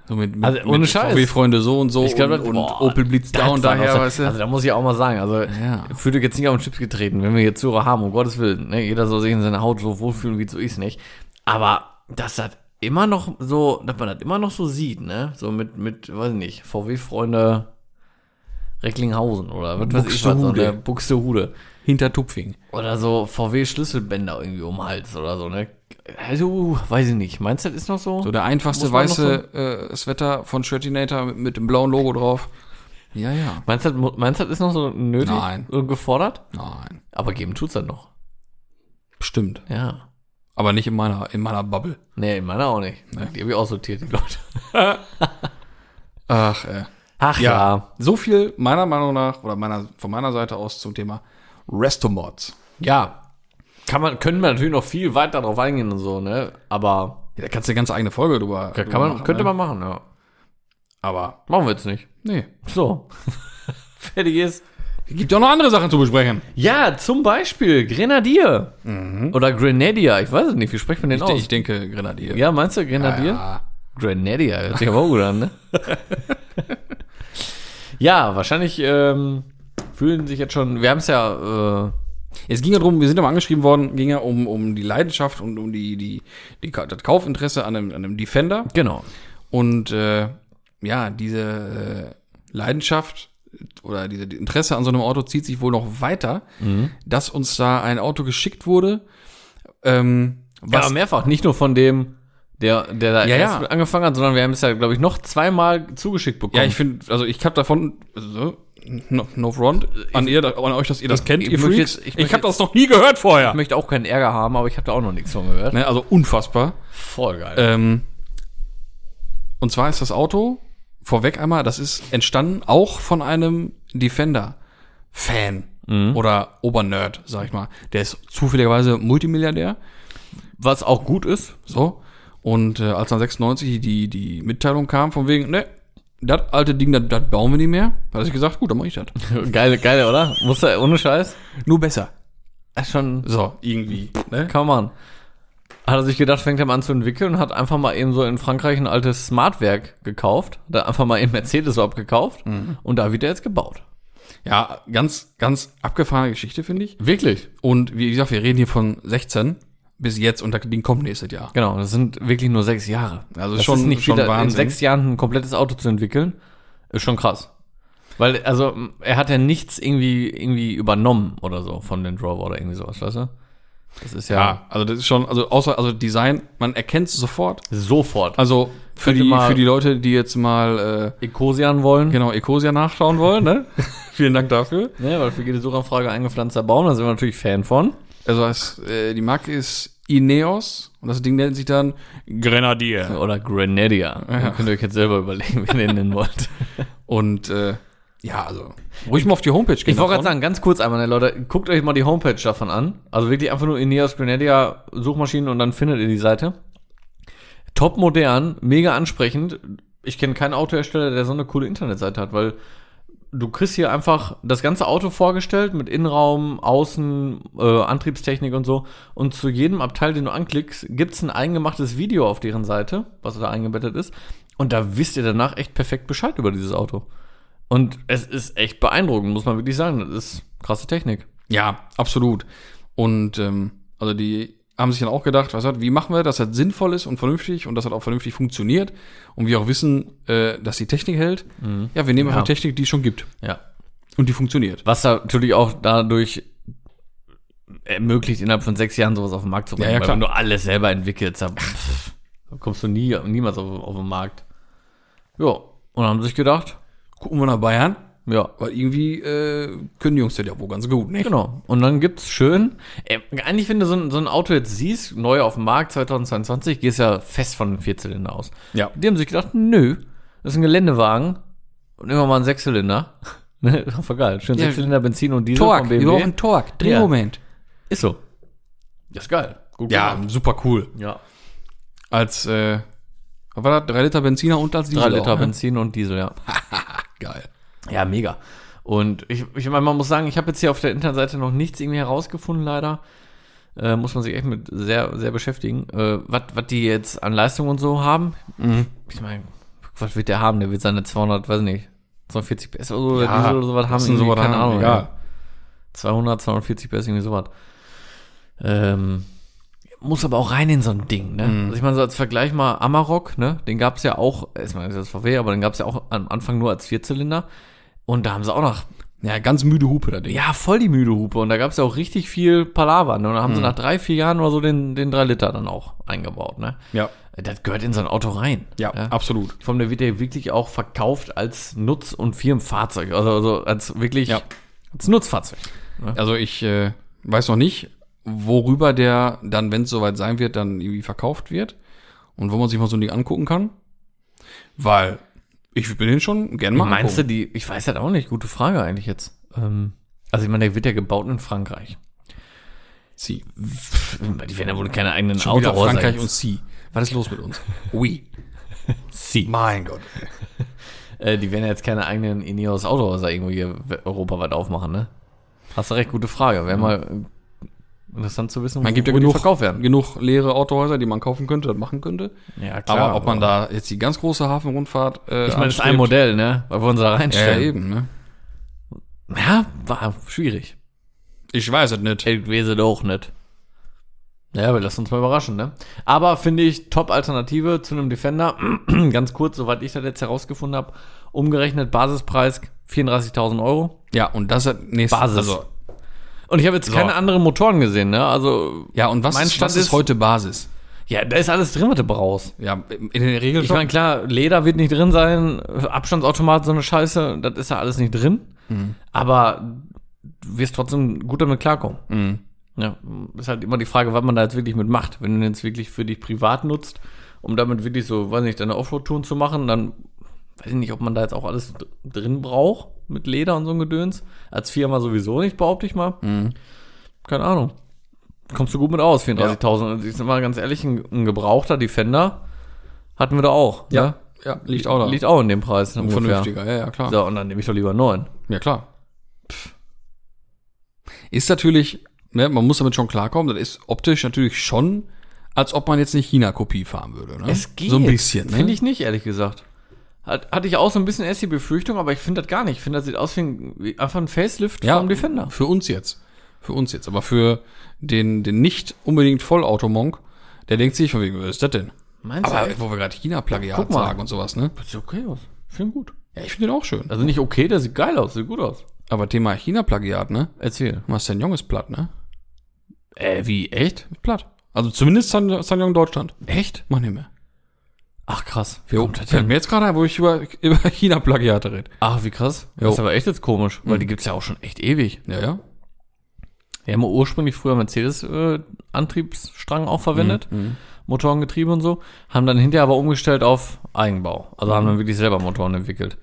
So mit, mit,
Also ohne
mit
Scheiß.
VW-Freunde so und so
Ich glaube,
und, und Opel Blitz da und daher, weißt du?
Also da muss ich auch mal sagen, also
Ja.
ich fühle jetzt nicht auf den Chips getreten, wenn wir hier Zuhörer haben, um Gottes Willen. Ne? Jeder soll sich in seiner Haut so wohlfühlen, wie es so ist, nicht? Aber dass das immer noch so, dass man das immer noch so sieht, ne? So mit, mit weiß ich nicht, VW-Freunde Recklinghausen oder was weiß ich was.
Buxtehude.
Oder Buxtehude.
Hinter Tupfing.
Oder so VW-Schlüsselbänder irgendwie um den Hals oder so, ne? Also, weiß ich nicht. Meinst du, das ist noch so?
So der einfachste
Muss man noch
weiße äh, Sweater von Shirtinator mit, mit dem blauen Logo drauf. Ja, ja.
meinst, du, das- meinst du, das ist noch so nötig
Nein.
und gefordert?
Nein.
Aber geben tut's dann noch.
Bestimmt.
Ja.
Aber nicht in meiner, in meiner Bubble.
Nee, in meiner auch nicht. Die habe ich aussortiert, die Leute.
Ach, äh.
Ach
Ja. So viel meiner Meinung nach oder meiner, von meiner Seite aus zum Thema Restomods.
Ja. Kann man, können wir natürlich noch viel weiter drauf eingehen und so, ne? Aber
Ja, da kannst du eine ganze eigene Folge drüber.
kann
drüber
man,
machen,
könnte
ne?
man machen, ja.
Aber
Machen wir jetzt nicht.
nee.
So. Fertig ist.
Gibt ja auch noch andere Sachen zu besprechen.
Ja, zum Beispiel Grenadier. Oder Grenadier. Ich weiß es nicht, wie spricht man den
Ich,
aus?
ich denke Grenadier.
ja, meinst du Grenadier?
Ja.
Grenadier, hört sich aber auch gut an, ne? ja, wahrscheinlich ähm, fühlen sich jetzt schon, wir haben es ja, äh,
Es ging ja drum, wir sind aber angeschrieben worden, ging ja um, um die Leidenschaft und um die, die, die, Ka- das Kaufinteresse an einem, an einem Defender.
genau.
Und äh, ja, diese äh, Leidenschaft oder diese die Interesse an so einem Auto zieht sich wohl noch weiter, dass uns da ein Auto geschickt wurde. Ähm,
Was?
was
Ja, mehrfach, nicht nur von dem, der, der da
Ja,
erst
ja.
mit angefangen hat, sondern wir haben es ja, glaube ich, noch zweimal zugeschickt bekommen.
Ja, ich finde, also ich habe davon, also, no, no front, an, ihr, an euch, dass ihr das kennt,
ich
ihr
möchte
Freaks.
jetzt- ich
ich
möchte
habe das noch nie gehört vorher.
möchte auch keinen Ärger haben, aber ich habe da auch noch nichts von gehört.
Ne, also unfassbar.
Voll geil.
Ähm, und zwar ist das Auto, vorweg einmal, das ist entstanden auch von einem Defender-Fan oder Obernerd, sag ich mal. Der ist zufälligerweise Multimilliardär.
Was auch gut ist,
So. Und äh, als dann 96 die, die Mitteilung kam, von wegen, ne, das alte Ding, das bauen wir nicht mehr, hat ich gesagt, gut, dann mach ich das.
geil, geil, oder? Muss er, ohne Scheiß?
Nur besser.
Ist schon,
So, irgendwie. Ne?
come on. Hat er sich gedacht, fängt er mal an zu entwickeln und hat einfach mal eben so in Frankreich ein altes Smartwerk gekauft. Hat er einfach mal eben Mercedes abgekauft und da wird er jetzt gebaut.
Ja, ganz, ganz abgefahrene Geschichte, finde ich.
Wirklich?
Und wie gesagt, wir reden hier von 16 bis jetzt und das Ding kommt nächstes Jahr.
Genau, das sind wirklich nur sechs Jahre.
Also
Das
schon,
ist nicht
schon
wieder, in
Wahnsinn.
sechs Jahren ein komplettes Auto zu entwickeln, ist schon krass. Weil, also, m, er hat ja nichts irgendwie, irgendwie übernommen oder so von den Rover oder irgendwie sowas, weißt du? Das ist ja,
ja, also das ist schon, also außer, also Design, man erkennt es sofort.
sofort.
Also für
Könnte
die,
mal-
für die Leute, die jetzt mal, äh,
Ecosian wollen.
genau, Ecosia nachschauen wollen, ne? Vielen Dank dafür.
Ne, weil für jede Suchanfrage eingepflanzter Baum, da sind wir natürlich Fan von.
Also es, äh, die Marke ist Ineos und das Ding nennt sich dann Grenadier.
Oder Grenadier. Ja. Könnt ihr euch jetzt selber überlegen, wen ihr nennen wollt.
Und äh, ja, also ruhig mal auf die Homepage gehen.
Ich wollte gerade
davon.
sagen, ganz kurz einmal, ne, Leute, guckt euch mal die Homepage davon an. Also wirklich einfach nur Ineos Grenadier Suchmaschinen und dann findet ihr die Seite. Top modern, mega ansprechend. Ich kenne keinen Autohersteller, der so eine coole Internetseite hat, weil du kriegst hier einfach das ganze Auto vorgestellt mit Innenraum, Außen, äh, Antriebstechnik und so. Und zu jedem Abteil, den du anklickst, gibt's ein eingemachtes Video auf deren Seite, was da eingebettet ist. Und da wisst ihr danach echt perfekt Bescheid über dieses Auto. Und es ist echt beeindruckend, muss man wirklich sagen. Das ist krasse Technik.
Ja, absolut. Und ähm, also die haben sich dann auch gedacht, was hat, wie machen wir, dass das sinnvoll ist und vernünftig und dass das auch vernünftig funktioniert und wir auch wissen, äh, dass die Technik hält.
Mhm.
Ja, wir nehmen einfach die Technik, die es schon gibt
Ja.
und die funktioniert.
Was natürlich auch dadurch ermöglicht, innerhalb von sechs Jahren sowas auf den Markt zu bringen.
ja,
weil
klar.
wenn du alles selber entwickelst, dann pff, dann kommst du nie, niemals auf, auf den Markt. Ja. Und haben sich gedacht,
Gucken wir nach Bayern,
ja,
weil irgendwie äh, können die Jungs das ja wohl ganz gut, ne? nicht?
Genau. Und dann gibt's schön. Äh, eigentlich, wenn du so ein, so ein Auto jetzt siehst, neu auf dem Markt 2022, gehst ja fest von einem Vierzylinder aus.
Ja.
Die haben sich gedacht, nö, das ist ein Geländewagen und immer mal ein Sechszylinder. Ne, ist doch voll geil. Schön
Ja.
Sechszylinder Benzin und Diesel
Torque,
von
wir
BMW.
brauchen Torque, Drehmoment.
Ist so. Das ist geil. Gut
Ja,
gemacht.
super cool.
Ja.
Als, äh, was war das, drei Liter Benziner und als
Drei
Diesel
Liter
auch, ne?
Benzin und Diesel, ja.
Geil.
Ja, mega. Und ich, ich meine, man muss sagen, ich habe jetzt hier auf der Internetseite noch nichts irgendwie herausgefunden, leider. Äh, muss man sich echt mit sehr, sehr beschäftigen. Äh, Was die jetzt an Leistung und so haben. Ich meine, was wird der haben? Der wird seine 200, weiß nicht, 240 PS oder so,
Ja,
oder Diesel oder sowas haben.
Was denn
irgendwie,
sowas
keine
haben?
Ahnung.
Egal.
ja. 200, 240 PS, irgendwie sowas. Ähm, muss aber auch rein in so ein Ding, ne?
Mhm.
Also ich meine, so als Vergleich mal Amarok, ne? Den gab's ja auch, ist mal das VW, aber den gab's ja auch am Anfang nur als Vierzylinder. Und da haben sie auch noch,
Ja, ganz müde Hupe, das Ding.
ja, voll die müde Hupe. Und da gab's ja auch richtig viel Palaver, ne? Und da haben sie
Mhm.
nach drei, vier Jahren oder so den, den 3 Liter dann auch eingebaut, ne?
Ja,
Das gehört in so ein Auto rein.
ja,
ne?
absolut.
Vom der wird ja wirklich auch verkauft als Nutz- und Firmenfahrzeug. Also, also als wirklich,
Ja.
als Nutzfahrzeug.
Also ich äh, weiß noch nicht, worüber der dann, wenn es soweit sein wird, dann irgendwie verkauft wird und wo man sich mal so ein Ding angucken kann. Weil ich bin den schon gern mal
Meinst du
angucken.
die, ich weiß halt auch nicht, gute Frage eigentlich jetzt. Ähm, also ich meine, der wird ja gebaut in Frankreich.
Sie.
Die werden ja wohl keine eigenen
Schon wieder
Autohäuser.
Frankreich
jetzt.
und Sie. Was ist los mit uns? Oui.
Sie.
Mein Gott.
Äh, die werden ja jetzt keine eigenen Ineos Autohäuser irgendwo hier we- europaweit aufmachen, ne? Hast du recht, gute Frage. Wäre mal äh, interessant zu wissen,
Man gibt ja
die
genug,
verkauft werden.
genug leere Autohäuser, die man kaufen könnte, das machen könnte.
Ja,
aber ob man da jetzt die ganz große Hafenrundfahrt. Äh,
Ich meine, das ist ein
anstrebt-
Modell, ne? Weil wir uns da
Ja, ja,
reinstellen.
eben, ne?
Ja, war schwierig.
Ich weiß es nicht.
Ich weiß es auch nicht. Naja, aber lass uns mal überraschen, ne? Aber finde ich Top-Alternative zu einem Defender. Ganz kurz, soweit ich das jetzt herausgefunden habe, umgerechnet Basispreis 34.000 Euro.
Ja, und das ist nächste
Basis.
Also,
Und ich habe jetzt keine anderen Motoren gesehen, ne? Also,
ja, und was,
Mein
ist-
Stand
was ist
ist-
heute Basis?
ja, da ist alles drin, was du brauchst.
Ja, in der Regel
Ich meine, klar, Leder wird nicht drin sein, Abstandsautomat, so eine Scheiße, das ist ja alles nicht drin. Aber du wirst trotzdem gut damit klarkommen. Ja, ist halt immer die Frage, was man da jetzt wirklich mit macht. Wenn du den jetzt wirklich für dich privat nutzt, um damit wirklich so, weiß nicht, deine Offroad-Touren zu machen, dann weiß ich nicht, ob man da jetzt auch alles d- drin braucht mit Leder und so ein Gedöns. Als Firma sowieso nicht, behaupte ich mal.
Mhm.
Keine Ahnung. Kommst du gut mit aus, 34.000. Und Ich sag mal ganz ehrlich, ein, ein gebrauchter Defender hatten wir da auch. ne?
ja, liegt auch da.
Liegt auch in dem Preis. ne, ungefähr.
vernünftiger, ja, ja, klar.
So, und dann nehme ich doch lieber einen neuen.
Ja, klar. Ist natürlich, ne, man muss damit schon klarkommen, das ist optisch natürlich schon, als ob man jetzt eine China-Kopie fahren würde. Ne? So ein bisschen, ne?
Finde ich nicht, ehrlich gesagt. Hat, hatte ich auch so ein bisschen erst die Befürchtung, aber ich finde das gar nicht. Ich finde, das sieht aus wie, ein, wie einfach ein Facelift
ja,
vom Defender.
Für uns jetzt. Für uns jetzt. Aber für den, den nicht unbedingt Vollautomonk, der denkt sich von wegen, was ist das denn?
Meinst
Aber
echt?
wo wir gerade China-Plagiat
Guck mal.
sagen und sowas, ne?
Das sieht okay aus. Ich finde gut.
Ja, ich finde den auch schön.
Also nicht okay, der sieht geil aus, sieht gut aus.
Aber Thema China-Plagiat, ne?
Erzähl.
Mustang Young ist platt, ne?
Äh, wie, echt?
Ist platt. Also zumindest San, San Young Deutschland.
Echt?
Mach nicht mehr.
Ach krass. Wie
Jo, fällt mir jetzt gerade ein, wo ich über, über China-Plagiate rede.
Ach, wie krass.
Jo. Mhm.
Das ist aber echt jetzt komisch, weil die gibt's ja auch schon echt ewig.
Ja, ja.
Die haben ja ursprünglich früher Mercedes-Antriebsstrang auch verwendet,
Mhm.
Motorengetriebe und so, haben dann hinterher aber umgestellt auf Eigenbau. Also haben
Mhm.
dann wirklich selber Motoren entwickelt.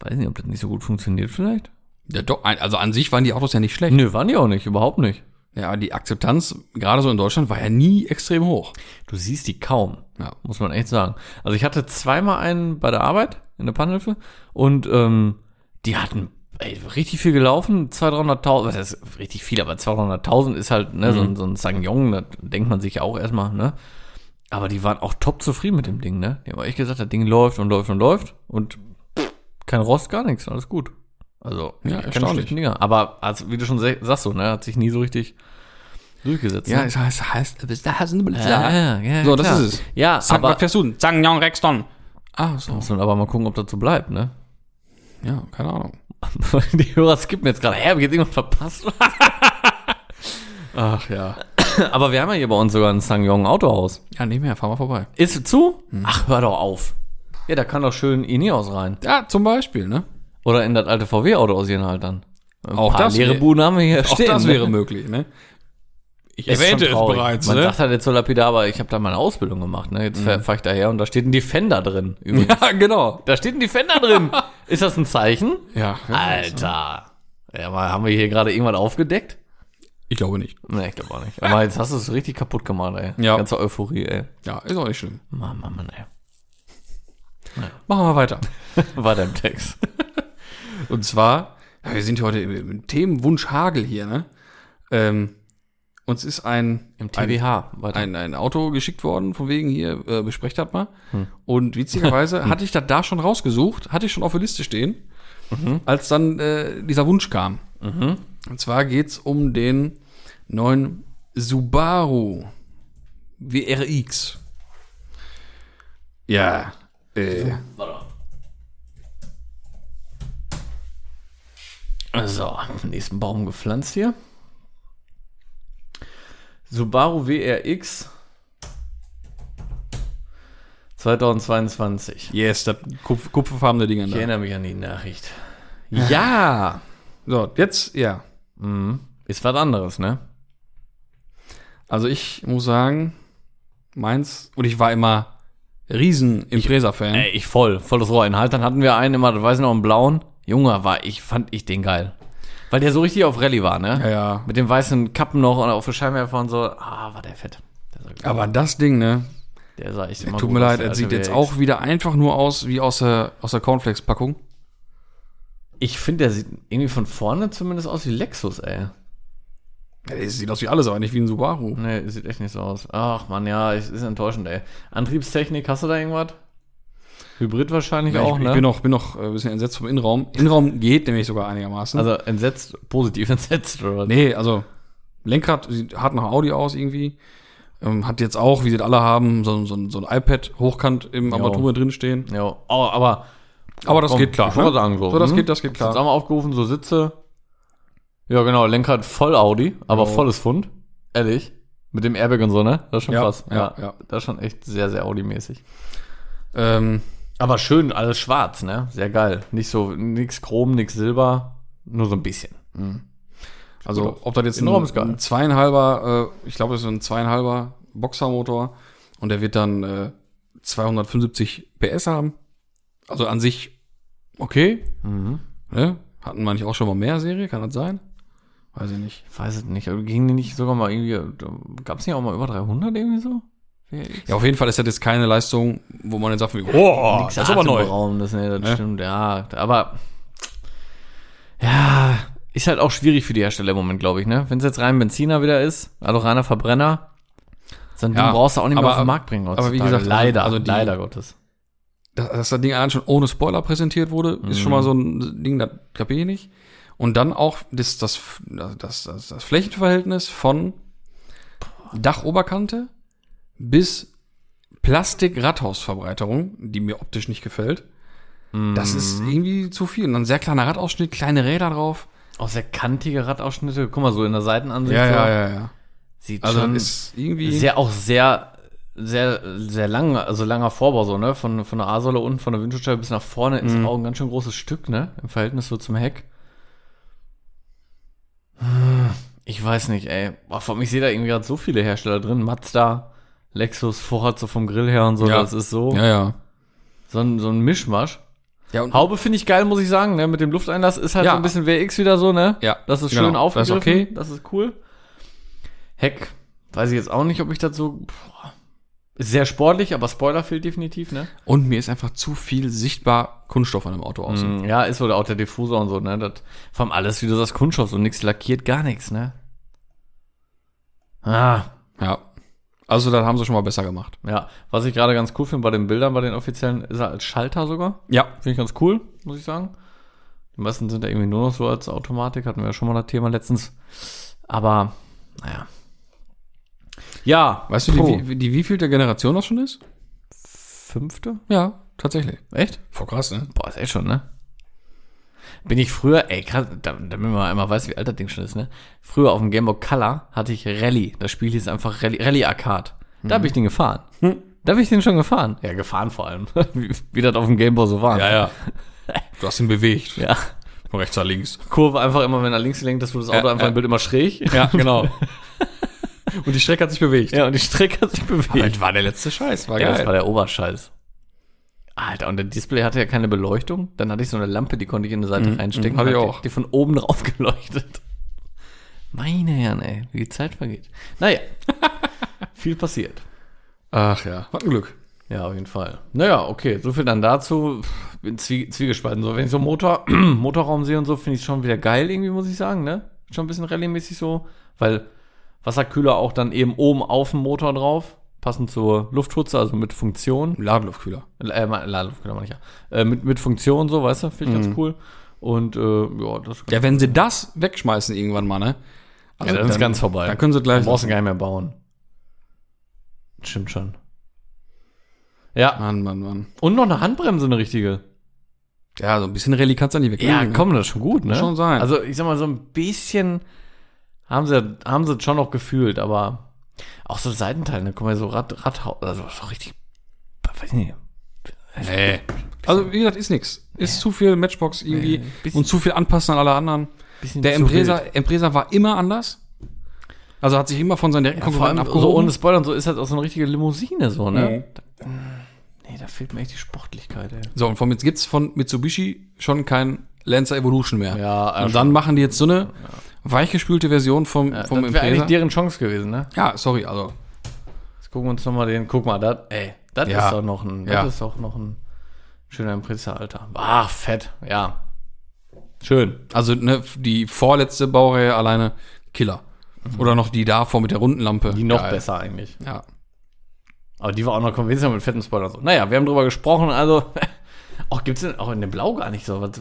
Weiß nicht, ob das nicht so gut funktioniert vielleicht.
ja doch, ein- also an sich waren die Autos ja nicht schlecht.
Nö, waren die auch nicht, überhaupt nicht.
Ja, die Akzeptanz, gerade so in Deutschland, war ja nie extrem hoch.
Du siehst die kaum,
Ja.
muss man echt sagen. Also ich hatte zweimal einen bei der Arbeit in der Pannhilfe und ähm, die hatten ey, richtig viel gelaufen, 200.000, was heißt richtig viel, aber 200.000 ist halt ne,
Mhm.
so, ein- so ein Sangyong, da denkt man sich ja auch erstmal, ne? Aber die waren auch top zufrieden mit dem Ding, ne? Die haben echt gesagt, das Ding läuft und läuft und läuft und kein Rost, gar nichts, alles gut. Also,
Ja,
ich kenne
erstaunlich.
schlechte Dinger. Aber also, wie du schon se- sagst, so, ne, hat sich nie so richtig durchgesetzt. ne?
es heißt, heißt, bis da hast du
Ja, ja, ja,
So, das
klar.
ist es.
Ja,
Äh, Sag,
aber
was fährst du denn? Zhang Yong Rexton. Ah, so.
muss man aber mal gucken, ob das so bleibt, ne?
Ja, keine Ahnung.
Die Hörer skippen jetzt gerade. Hä, hab ich jetzt irgendwas verpasst?
Ach ja.
aber wir haben ja hier bei uns sogar ein Sangyong Autohaus.
Ja, nehmen wir, fahren wir vorbei.
Ist es zu? Hm. Ach, hör doch auf. Ja, da kann doch schön Ineos rein.
Ja, zum Beispiel, ne?
Oder in das alte VW-Auto aus Jena halt dann. Ein
Auch das
leere
wär-
Buden haben wir hier
Auch
stehen.
das wäre
ne?
möglich, ne? Ich
Ist schon traurig. Man
ne?
sagt halt jetzt so lapidar, aber ich habe da meine Ausbildung gemacht. Ne? Jetzt fahre ich daher und da steht ein Defender drin. Übrigens.
Ja, genau.
Da steht ein Defender drin. Ist das ein Zeichen?
Ja.
Alter. Ja, mal, haben wir hier gerade irgendwas aufgedeckt?
Ich glaube nicht.
Nee, ich glaube auch nicht. Aber jetzt hast du es richtig kaputt gemacht, ey.
Ja.
Ganze Euphorie, ey.
Ja, ist auch nicht schlimm.
Mann, Mann, Mann, ey.
Machen wir weiter.
Weiter im Text.
Und zwar, ja, wir sind heute im, im Themenwunsch Hagel hier, ne? Ähm, uns ist ein,
Im TBH. Ah, Weiter.
ein, ein Auto geschickt worden, von wegen hier, äh, besprecht das mal.
Hm.
Und witzigerweise hatte ich das da schon rausgesucht, hatte ich schon auf der Liste stehen,
Mhm.
als dann äh, dieser Wunsch kam. Und zwar geht's um den neuen Subaru WRX. Ja, äh,
Warte. So, nächsten Baum gepflanzt hier. Subaru WRX 2022.
yes, das kupf, kupferfarbene Ding
Ich erinnere mich an die Nachricht.
Ja. So, jetzt, ja.
Mhm. Ist was anderes, ne?
Also ich muss sagen, meins, und ich war immer riesen Impresa-Fan.
Ey, ich voll, volles Rohr. In Haltern hatten wir einen immer, das weiß ich noch, einen blauen. Junge, war ich, fand ich den geil. Weil der so richtig auf Rallye war, ne?
Ja, ja.
Mit dem weißen Kappen noch und auf der Scheinwerfer und so. Ah, war der fett. Der sah,
Aber das Ding, ne?
der sah echt immer
Tut
gut
mir
aus,
leid,
der
er sieht
alte
jetzt
WX.
auch wieder einfach nur aus wie aus der, aus der Cornflakes-Packung.
Ich finde, der sieht irgendwie von vorne zumindest aus wie Lexus, ey.
Ja, der sieht aus wie alles, aber nicht wie ein Subaru.
Nee, sieht echt nicht so aus. Ach man, ja, es ist enttäuschend, ey. Antriebstechnik, hast du da irgendwas? Hybrid wahrscheinlich
Ja,
auch,
ich,
ne?
ich bin noch, bin noch äh, ein bisschen entsetzt vom Innenraum. Innenraum geht nämlich sogar einigermaßen.
also entsetzt, positiv entsetzt, oder was?
nee, also Lenkrad sieht hart nach Audi aus irgendwie. Ähm, hat jetzt auch, wie sie das alle haben, so, ein- so, ein- so ein iPad hochkant im Armaturen drinstehen.
Ja, oh, aber
Aber das
komm,
geht klar. ne?
Ich wollte sagen, so,
so das
hm?
geht, das geht
Hab's jetzt
klar.
auch mal aufgerufen, so Sitze. Ja, genau, Lenkrad voll Audi, aber volles Fund. Ehrlich. Mit dem Airbag und so, ne? Das ist schon
Ja,
krass.
ja, ja.
Das ist schon echt sehr, sehr Audi-mäßig.
Ähm,
Aber schön, alles schwarz, ne? Sehr geil. Nicht so, nix Chrom, nix Silber, nur so ein bisschen.
Also ob das jetzt ein,
Innenraum Genau. ist geil.
ein zweieinhalber, äh, ich glaube, das ist ein zweieinhalber Boxermotor und der wird dann äh, 275 PS haben. Also an sich okay.
Mhm.
Ne? Hatten manche auch schon mal mehr Serie, kann das sein? Weiß ich nicht.
Ich weiß es nicht. aber Ging die nicht sogar mal irgendwie, gab es nicht auch mal über 300 irgendwie so?
Ja, auf jeden Fall ist das jetzt keine Leistung, wo man jetzt sagt, wie, oh, das ist aber neu.
Raum, das, ne, das stimmt, ja. Aber, ja, ist halt auch schwierig für die Hersteller im Moment, glaube ich, ne? Wenn es jetzt rein Benziner wieder ist, also reiner Verbrenner, so ein
Ja,
Ding brauchst du auch nicht mehr
aber-
auf den Markt bringen.
aber wie
heutzutage.
gesagt,
leider,
also die-
leider Gottes.
Dass, dass das Ding allein schon ohne Spoiler präsentiert wurde, ist schon mal so ein Ding, das kapiere ich nicht. Und dann auch das, das, das, das, das Flächenverhältnis von Dachoberkante bis Plastik-Radhausverbreiterung, die mir optisch nicht gefällt. Das ist irgendwie zu viel. Und dann sehr kleiner Radausschnitt, kleine Räder drauf.
Auch sehr kantige Radausschnitte, guck mal, so in der Seitenansicht. so.
ja, ja.
Sieht
Also
schon
das ist irgendwie.
sehr, auch sehr, sehr, sehr lang, also langer Vorbau, so, ne? Von, von der A-Säule unten, von der Windschutzscheibe bis nach vorne ist
Mhm.
auch ein ganz schön großes Stück, ne? Im Verhältnis so zum Heck. Hm, Ich weiß nicht, ey. Boah, vor allem, ich sehe da irgendwie gerade so viele Hersteller drin. Mazda, Lexus, Ford, so vom Grill her und so.
Ja.
Das ist so,
ja, ja.
so, ein, so ein Mischmasch.
Ja, und
Haube finde ich geil, muss ich sagen, ne? Mit dem Lufteinlass ist halt
Ja.
so ein bisschen WX wieder so, ne?
Ja,
Das ist
genau.
schön
Das ist
aufgegriffen.
okay.
Das ist cool. Heck, weiß ich jetzt auch nicht, ob ich das so. boah. Ist sehr sportlich, aber Spoiler fehlt definitiv, ne?
Und mir ist einfach zu viel sichtbar Kunststoff an dem Auto außen.
Mm, Ja, ist so auch der Diffusor und so, ne? Das, vor allem alles, wie du sagst, Kunststoff, so nichts lackiert, gar nichts, ne? Ah,
Ja. Also, das haben sie schon mal besser gemacht.
ja. Was ich gerade ganz cool finde bei den Bildern, bei den offiziellen, ist er als Schalter sogar.
Ja.
Finde ich ganz cool, muss ich sagen. Die meisten sind da irgendwie nur noch so als Automatik, hatten wir ja schon mal das Thema letztens. Aber, naja. Ja,
Weißt du,
Pro.
die, wie- die wievielte Generation das schon ist?
fünfte?
Ja, tatsächlich.
Echt?
Voll krass, ne?
Boah, ist echt schon, ne? Bin ich früher, ey, krass, da- damit man einmal weiß, wie alt das Ding schon ist, ne? Früher auf dem Game Boy Color hatte ich Rally. Das Spiel hieß einfach Rally, Rally Arcade. Da hab habe ich den gefahren. Da habe ich den schon gefahren. Ja, gefahren vor allem. wie, wie das auf dem Game Boy so war.
ja. Du hast ihn bewegt.
ja.
Von rechts nach links.
Kurve einfach immer, wenn er links lenkt, dass du das Auto
Ja,
einfach
ja.
im Bild immer schräg.
Ja, genau. Und die Strecke hat sich bewegt.
Ja, und die Strecke hat sich bewegt.
war der letzte Scheiß. War
Ja,
geil.
das war der Oberscheiß. Alter, und der Display hatte ja keine Beleuchtung. Dann hatte ich so eine Lampe, die konnte ich in die Seite reinstecken.
hatte Mhm, ich
Hat die-
auch.
Die von oben drauf geleuchtet. Meine Herren, ey, wie die Zeit vergeht. Naja, viel passiert.
Ach ja. Was ein Glück.
Ja, auf jeden Fall. Naja, okay, so viel dann dazu. Pff, Bin zwie zwiegespalten. So, wenn ich so Motor Motorraum sehe und so, finde ich es schon wieder geil irgendwie, muss ich sagen, ne? Schon ein bisschen rallyemäßig so, weil Wasserkühler auch dann eben oben auf dem Motor drauf, passend zur Luftschutze, also mit Funktion.
Ein Ladeluftkühler.
Äh, mein- Ladeluftkühler meine ich ja. Äh, mit, mit Funktion so, weißt du, finde ich ganz cool. Und äh, Mhm. ja, das,
Ja, wenn sie das wegschmeißen irgendwann mal, ne? Also
das ist ganz vorbei.
Dann können sie gleich.
Dann brauchst du gar nicht mehr bauen. Stimmt schon. Ja,
Mann, Mann, Mann.
und noch eine Handbremse, eine richtige.
Ja, so ein bisschen Rallye kannst du nicht
Ja,
wegnehmen.
komm, das ist schon gut, ne?
Muss schon sein.
Also, ich sag mal, so ein bisschen haben sie, haben sie schon noch gefühlt, aber auch so Seitenteile, ne? Guck mal, so Rad, Radhaus, also so richtig, weiß ich nicht. Äh.
Nee. Also, wie gesagt, ist nix. Ist zu viel Matchbox irgendwie
bisschen-
und zu viel anpassen an alle anderen.
bisschen
Der
zu
Impresa,
wild.
Impresa war immer anders. Also hat sich immer von seinen direkten
Vor
Konkurrenten
allem
abgehoben.
so ohne Spoiler und so ist halt auch so eine richtige Limousine, so, ne?
Mhm.
Da, mm, nee, da fehlt mir echt die Sportlichkeit, ey.
So, und vom jetzt gibt's von Mitsubishi schon keinen Lancer Evolution mehr.
Ja, äh,
Und dann machen die jetzt so eine weichgespülte Version vom, vom
das wäre eigentlich
Impresa.
deren Chance gewesen, ne?
Ja, sorry, also.
Jetzt gucken wir uns nochmal den. Guck mal, das, ey, das
Ja.
ist doch noch ein.
Ja.
Das ist doch noch ein schöner Impressa, Alter. Ah, fett, ja. Schön.
Also ne, die vorletzte Baureihe alleine Killer. Oder noch die davor mit der runden Lampe.
Mhm. Die noch
Geil.
besser eigentlich.
Ja.
Aber die war auch noch konventionell mit fetten Spoilern. und So. Naja, wir haben drüber gesprochen, also. Auch gibt's denn auch in dem Blau gar nicht so. Was,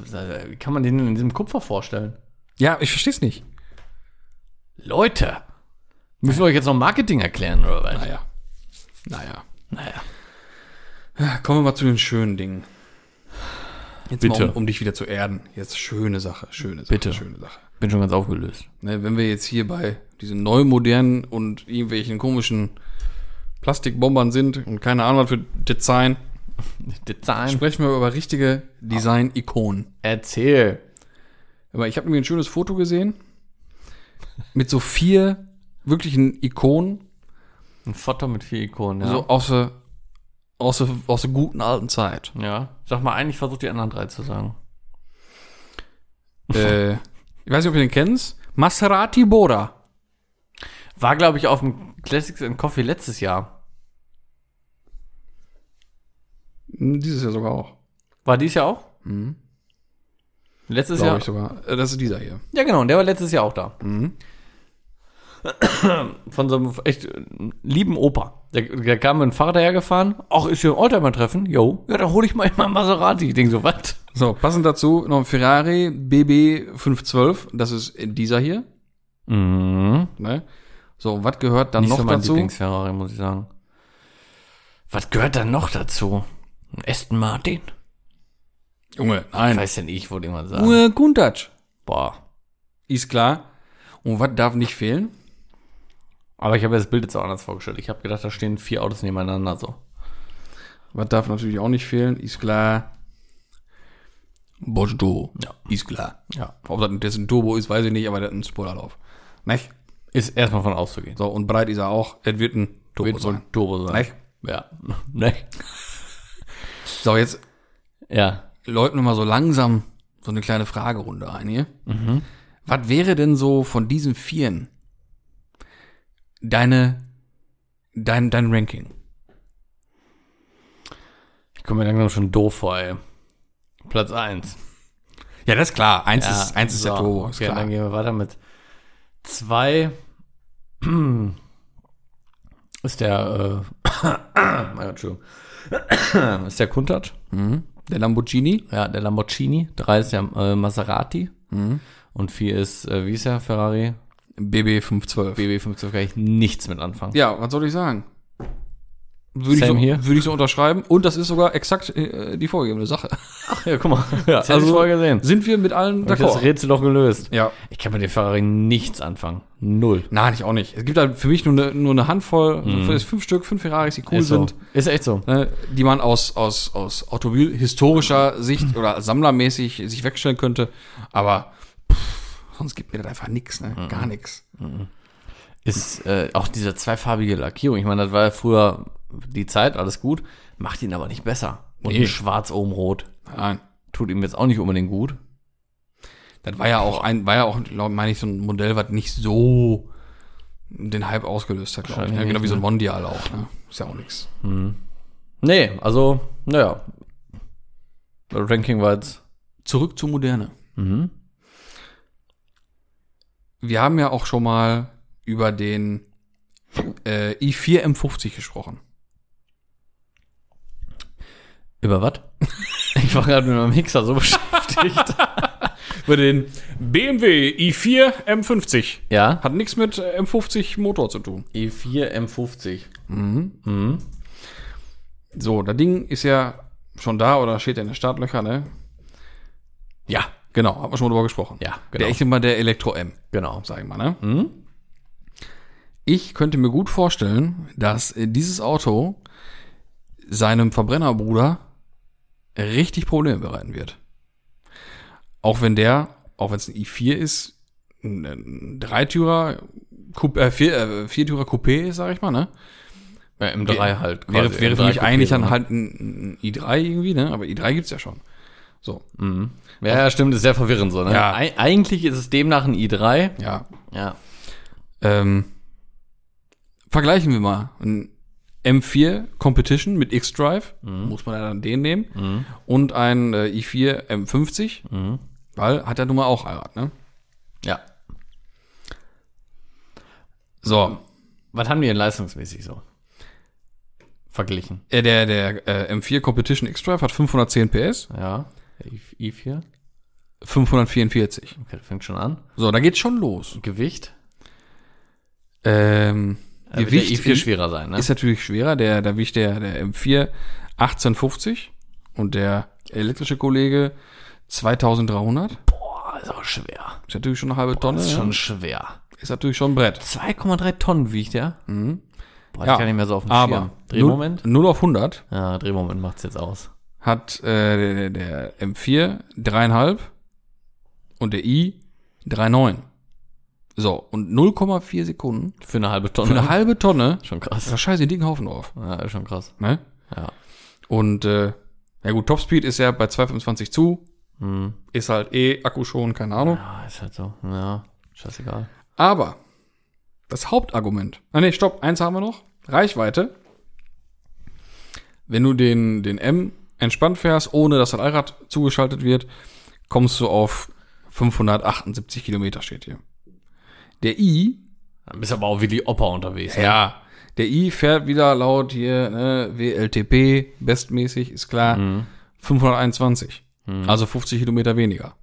wie kann man den denn in diesem Kupfer vorstellen?
ja, ich versteh's nicht.
Leute! Müssen wir euch jetzt noch Marketing erklären, oder was?
Naja. Naja.
Naja.
Kommen wir mal zu den schönen Dingen. Jetzt
Bitte.
mal, um, um dich wieder zu erden. Jetzt schöne Sache, schöne Sache,
Bitte.
schöne Sache.
Bin schon ganz aufgelöst.
Ne, wenn wir jetzt hier bei diesen neumodernen und irgendwelchen komischen Plastikbombern sind und keine Ahnung was für Design,
Design.
sprechen wir über richtige Design-Ikonen.
Erzähl.
Aber ich habe irgendwie ein schönes Foto gesehen mit so vier wirklichen Ikonen,
Ein Foto mit vier Ikonen, ja.
so aus der, aus, der, aus der guten alten Zeit.
Ja. Sag mal ein, ich versuche die anderen drei zu sagen.
äh, ich weiß nicht, ob ihr den kennst. Maserati Bora.
War, glaube ich, auf dem Classics and Coffee letztes Jahr.
Hm, Dieses Jahr sogar auch.
War dies Jahr auch?
Mhm.
Letztes
Glaube
Jahr?
ich sogar. Äh, Das ist dieser hier.
Ja, genau, und der war letztes Jahr auch da.
Mhm.
Von so einem echt äh, lieben Opa. Der, der kam mit dem Fahrrad hergefahren. Ach, ist hier ein Oldtimer-Treffen? Jo. Ja, dann hole ich mal immer einen Maserati. Ich denke so, was?
So, passend dazu noch ein Ferrari BB512. Das ist dieser hier.
Mhm.
Ne? So, und was gehört dann
Nicht
noch
so mein
dazu?
Lieblingsferrari, muss ich sagen. Was gehört dann noch dazu? Ein Aston Martin?
Junge,
Ich
nein.
weiß ja nicht, ich wollte immer sagen.
Junge, Kuntatsch.
Boah.
Ist klar. Und was darf nicht fehlen?
Aber ich habe mir das Bild jetzt auch anders vorgestellt. Ich habe gedacht, da stehen vier Autos nebeneinander so.
Was darf natürlich auch nicht fehlen? Ist klar. Bordeaux.
Ja.
Ist klar.
Ja.
Ob das jetzt ein Turbo ist, weiß ich nicht, aber der hat einen Spoiler drauf. Ne?
Ist erstmal von auszugehen.
So, und breit ist er auch. Es wird ein Turbo
Wird wohl
sein.
ein Turbo sein.
Ne?
Ja. ne?
So, jetzt
Ja.
läuten wir mal so langsam so eine kleine Fragerunde ein hier. Was wäre denn so von diesen Vieren deine, dein, dein Ranking?
Ich komme mir langsam schon doof vor, ey. Platz 1.
Ja, das ist klar. Eins ist, eins ist der Turbo.
Okay,
Ist
dann
klar.
gehen wir weiter mit 2. Ist der, äh, mein Gott, Entschuldigung. Ist der Kuntat.
Der Lamborghini.
Ja, der Lamborghini. 3 ist der äh, Maserati. Und 4 ist, äh, wie ist der Ferrari?
BB512.
BB512 kann ich nichts mit anfangen.
Ja, was soll ich sagen? Würde ich,
Same
so,
here.
würde ich so unterschreiben. Und das ist sogar exakt äh, die vorgegebene Sache.
Ja, guck mal. Ja, das also,
also-
ich vorher gesehen.
Sind wir mit allen
Hab ich das Rätsel doch gelöst.
Ja.
Ich kann mit dem Ferrari nichts anfangen. Null.
Nein, ich auch nicht. Es gibt halt für mich nur eine, nur eine Handvoll, so fünf Stück, fünf Ferraris, die cool
ist
sind.
So. Ist echt so.
ne, die man aus, aus, aus automobilhistorischer Sicht oder sammlermäßig sich wegstellen könnte. Aber pff, sonst gibt mir das einfach nichts, ne?
Mhm.
Gar nichts.
Ist äh, auch diese zweifarbige Lackierung. Ich meine, das war ja früher die Zeit, alles gut. Macht ihn aber nicht besser. Und
Nee.
schwarz oben rot.
Nein.
Tut ihm jetzt auch nicht unbedingt gut.
Das war ja auch ein, war ja auch, glaub, meine ich, so ein Modell, was nicht so den Hype ausgelöst hat, glaube ich. Ne?
Wahrscheinlich
Genau wie
nicht,
so ein Mondial auch, ne? Ist ja auch nichts.
Nee, also, naja. Das Ranking war jetzt.
Zurück zur Moderne.
Mhm.
Wir haben ja auch schon mal über den äh, i4 M50 gesprochen.
Über was? ich war gerade mit meinem Mixer so beschäftigt.
Über den BMW i4 M50.
ja?
Hat nichts mit äh, M50 Motor zu tun.
E4 M50.
So, das Ding ist ja schon da oder steht ja in den Startlöchern, ne?
Ja,
Genau, haben wir schon mal drüber gesprochen.
ja,
Der echte mal der Elektro M,
genau.
sag ich mal, ne? Ich könnte mir gut vorstellen, dass äh, dieses Auto seinem Verbrennerbruder richtig Probleme bereiten wird. Auch wenn der, auch wenn es ein i4 ist, ein, ein Dreitürer, Coup- äh, Vier- äh, Viertürer Coupé ist, sag ich mal, ne?
Ja, M3 halt.
Wäre,
quasi.
wäre für
M3
mich eigentlich
Coupé,
dann
ne?
halt ein, ein i3 irgendwie, ne? Aber i3 gibt's ja schon. So.
Ja, ja, stimmt, ist sehr verwirrend so, ne?
Halt- Ja.
Ei- eigentlich ist es demnach ein i3.
Ja.
Ja.
Ähm, vergleichen wir mal. Ein M4 Competition mit X-Drive,
Mhm.
muss man ja dann den nehmen. Und ein äh, i4 M50,
Mhm.
weil hat ja nun mal auch Allrad, ne?
Ja.
So,
Was haben die denn leistungsmäßig so? Verglichen.
äh, der, der äh, M4 Competition X-Drive hat 510 PS,
Ja. I- i4.
544.
Okay, das fängt schon an.
So, da geht's schon los.
Gewicht.
Ähm,
Da wird
Gewicht
der i4
in-
schwerer sein, ne?
ist natürlich schwerer. Der, da wiegt der, der M4 1850 und der elektrische Kollege 2300.
Boah, ist auch schwer.
Ist natürlich schon eine halbe Tonne.
Das ist
ja.
schon schwer.
ist natürlich schon ein Brett.
2,3 Tonnen wiegt der. Mhm. Boah,
Ja.
ich kann nicht mehr so auf dem
Aber
Drehmoment?
0, 0 auf 100
Ja, Drehmoment macht's jetzt aus.
hat äh, der, der M4 3,5 und der i 3,9. So, und 0,4 Sekunden
Für eine halbe Tonne.
für eine halbe Tonne.
schon
Da
krass.
scheiße, den dicken Haufen drauf.
Ja, ist schon krass.
Ne?
Ja.
Und äh, ja gut, Topspeed ist ja bei 2,25 zu.
Hm.
Ist halt eh Akku schon, keine Ahnung.
Ja, ist halt so. Ja, scheißegal.
Aber das Hauptargument. Ah nee, stopp, eins haben wir noch. Reichweite. Wenn du den, den M entspannt fährst, ohne dass das Allrad zugeschaltet wird, kommst du auf 578 Kilometer, steht hier. Der I,
Dann bist du aber auch wirklich Opa unterwegs. ne?
ja, der I fährt wieder laut hier, ne, WLTP, bestmäßig, ist klar,
Mhm.
521. Also 50 Kilometer weniger.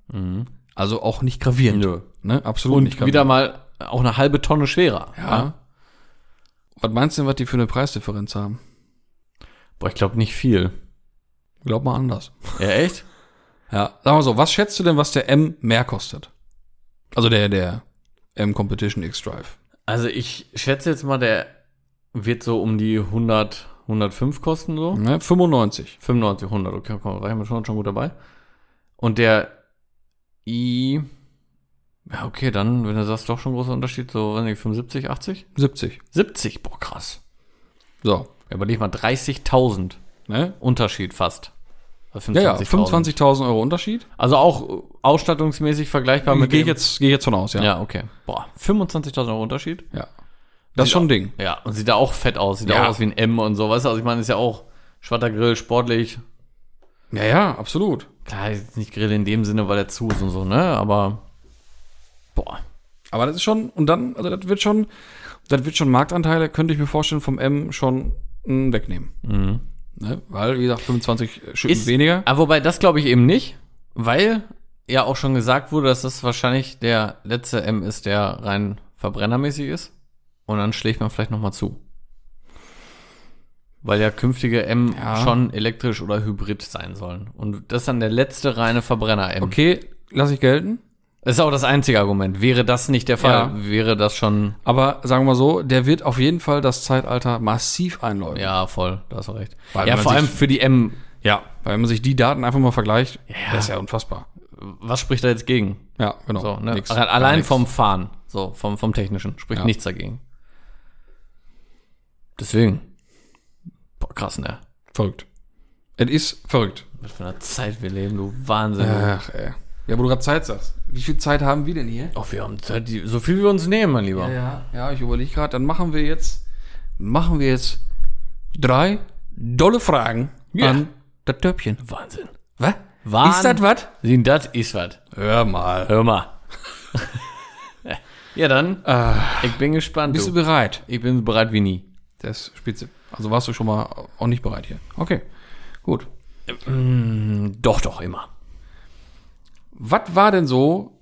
Also auch nicht gravierend.
Mhm. Nö.
Ne, absolut nicht
Und wieder mal auch eine halbe Tonne schwerer.
Ja. Was meinst du denn, was die für eine Preisdifferenz haben?
Boah, ich glaube nicht viel.
Glaub mal anders.
Ja, echt?
Ja. Sag mal so, was schätzt du denn, was der M mehr kostet? Also der, der M Competition X-Drive.
Also ich schätze jetzt mal, der wird so um die 100, 105 kosten so.
Ne? 95.
95, 100, okay, komm, da waren wir schon, schon gut dabei. Und der I, ja okay, dann, wenn du sagst, doch schon großer Unterschied, so, weiß nicht, 75, 80?
70.
70, boah, krass.
So.
Ja, Überleg mal, 30.000
Ne?
Unterschied fast. Also
Ja, ja,
25.000.
25.000 Euro Unterschied.
Also auch äh, ausstattungsmäßig vergleichbar mit
Gehe ich
dem-
jetzt, geh ich jetzt von aus, ja.
Ja, okay. Boah, 25.000 Euro Unterschied.
ja. Das ist schon ein Ding.
Ja, und sieht da auch fett aus. Sieht da
Ja.
auch aus wie ein M und so, weißt du? Also ich meine, ist ja auch schwarzer Grill, sportlich.
Ja, ja, absolut.
Klar, ist jetzt nicht Grill in dem Sinne, weil der zu ist und so, ne? Aber, boah.
Aber das ist schon, und dann, also das wird schon, das wird schon Marktanteile, könnte ich mir vorstellen, vom M schon mh, wegnehmen. Ne? Weil, wie gesagt, 25 Schippen
Ist-
weniger.
Aber Mhm. Ah, wobei, das glaube ich eben nicht, weil ja auch schon gesagt wurde, dass das wahrscheinlich der letzte M ist, der rein verbrennermäßig ist. Und dann schlägt man vielleicht nochmal zu. Weil ja künftige M
Ja.
schon elektrisch oder hybrid sein sollen. Und das ist dann der letzte reine Verbrenner-M.
Okay, lasse ich gelten.
Das ist auch das einzige Argument. Wäre das nicht der Fall, wäre das schon.
Aber sagen wir mal so, der wird auf jeden Fall das Zeitalter massiv einläuten.
Ja, voll, da hast du recht.
Weil
ja,
man
vor
sich-
allem für die M.
ja. Weil wenn man sich die Daten einfach mal vergleicht, das ist ja unfassbar.
Was spricht da jetzt gegen?
Ja, genau.
So, ne?
Nix.
Allein
Gar
allein
nix.
vom Fahren, so vom, vom Technischen, spricht
Ja.
nichts dagegen. Deswegen. Boah, krass, ne?
Verrückt. Es ist verrückt.
Was für eine Zeit wir leben, du Wahnsinn.
Ach, ey. Ja, wo du gerade Zeit sagst. Wie viel Zeit haben wir denn hier?
Ach, Oh, wir haben Zeit, die, so viel wie wir uns nehmen, mein Lieber.
ja. Ja, ich überlege gerade, dann machen wir jetzt, machen wir jetzt drei dolle Fragen
Ja.
an das Töpfchen.
Wahnsinn.
Was?
Wahn-
Ist das was?
Sind das ist was.
Hör mal.
Hör mal. ja, dann. ich bin gespannt.
Bist
Ah, du.
du bereit?
Ich bin bereit wie nie.
Das ist spitze. Also warst du schon mal auch nicht bereit hier. Okay. Gut.
Doch, doch, immer.
Was war denn so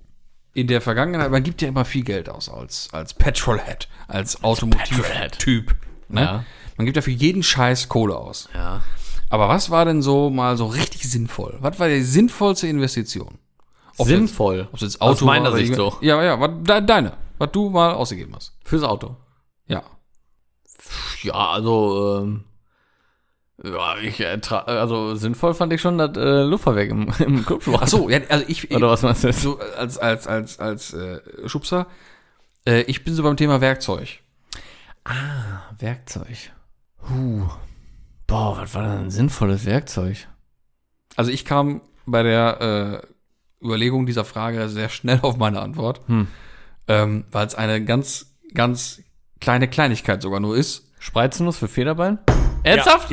in der Vergangenheit? Man gibt ja immer viel Geld aus als, als Petrolhead, als Automotiv-Typ. Ne?
Ja.
Man gibt ja für jeden Scheiß Kohle aus.
Ja.
Aber was war denn so mal so richtig sinnvoll? Was war die sinnvollste Investition?
Sinnvoll.
Ob es jetzt Auto
Aus meiner
oder
Sicht
irgend-
so.
Ja, ja, was, de, deine. Was du mal ausgegeben hast.
Fürs Auto.
Ja.
Ja, also, ähm, ja, ich, äh, tra- also sinnvoll fand ich schon das äh, Luftfahrwerk im, im Clubflug.
Ach so, ja, also ich,
Oder was meinst du? jetzt?
so als, als, als, als äh, Schubser, äh, ich bin so beim Thema Werkzeug.
Werkzeug. Huh. Boah, was war denn ein sinnvolles Werkzeug?
Also ich kam bei der äh, Überlegung dieser Frage sehr schnell auf meine Antwort,
Hm.
ähm, weil es eine ganz, ganz kleine Kleinigkeit sogar nur ist.
Spreiznuss für Federbein?
Ja, habe ich,
Boah,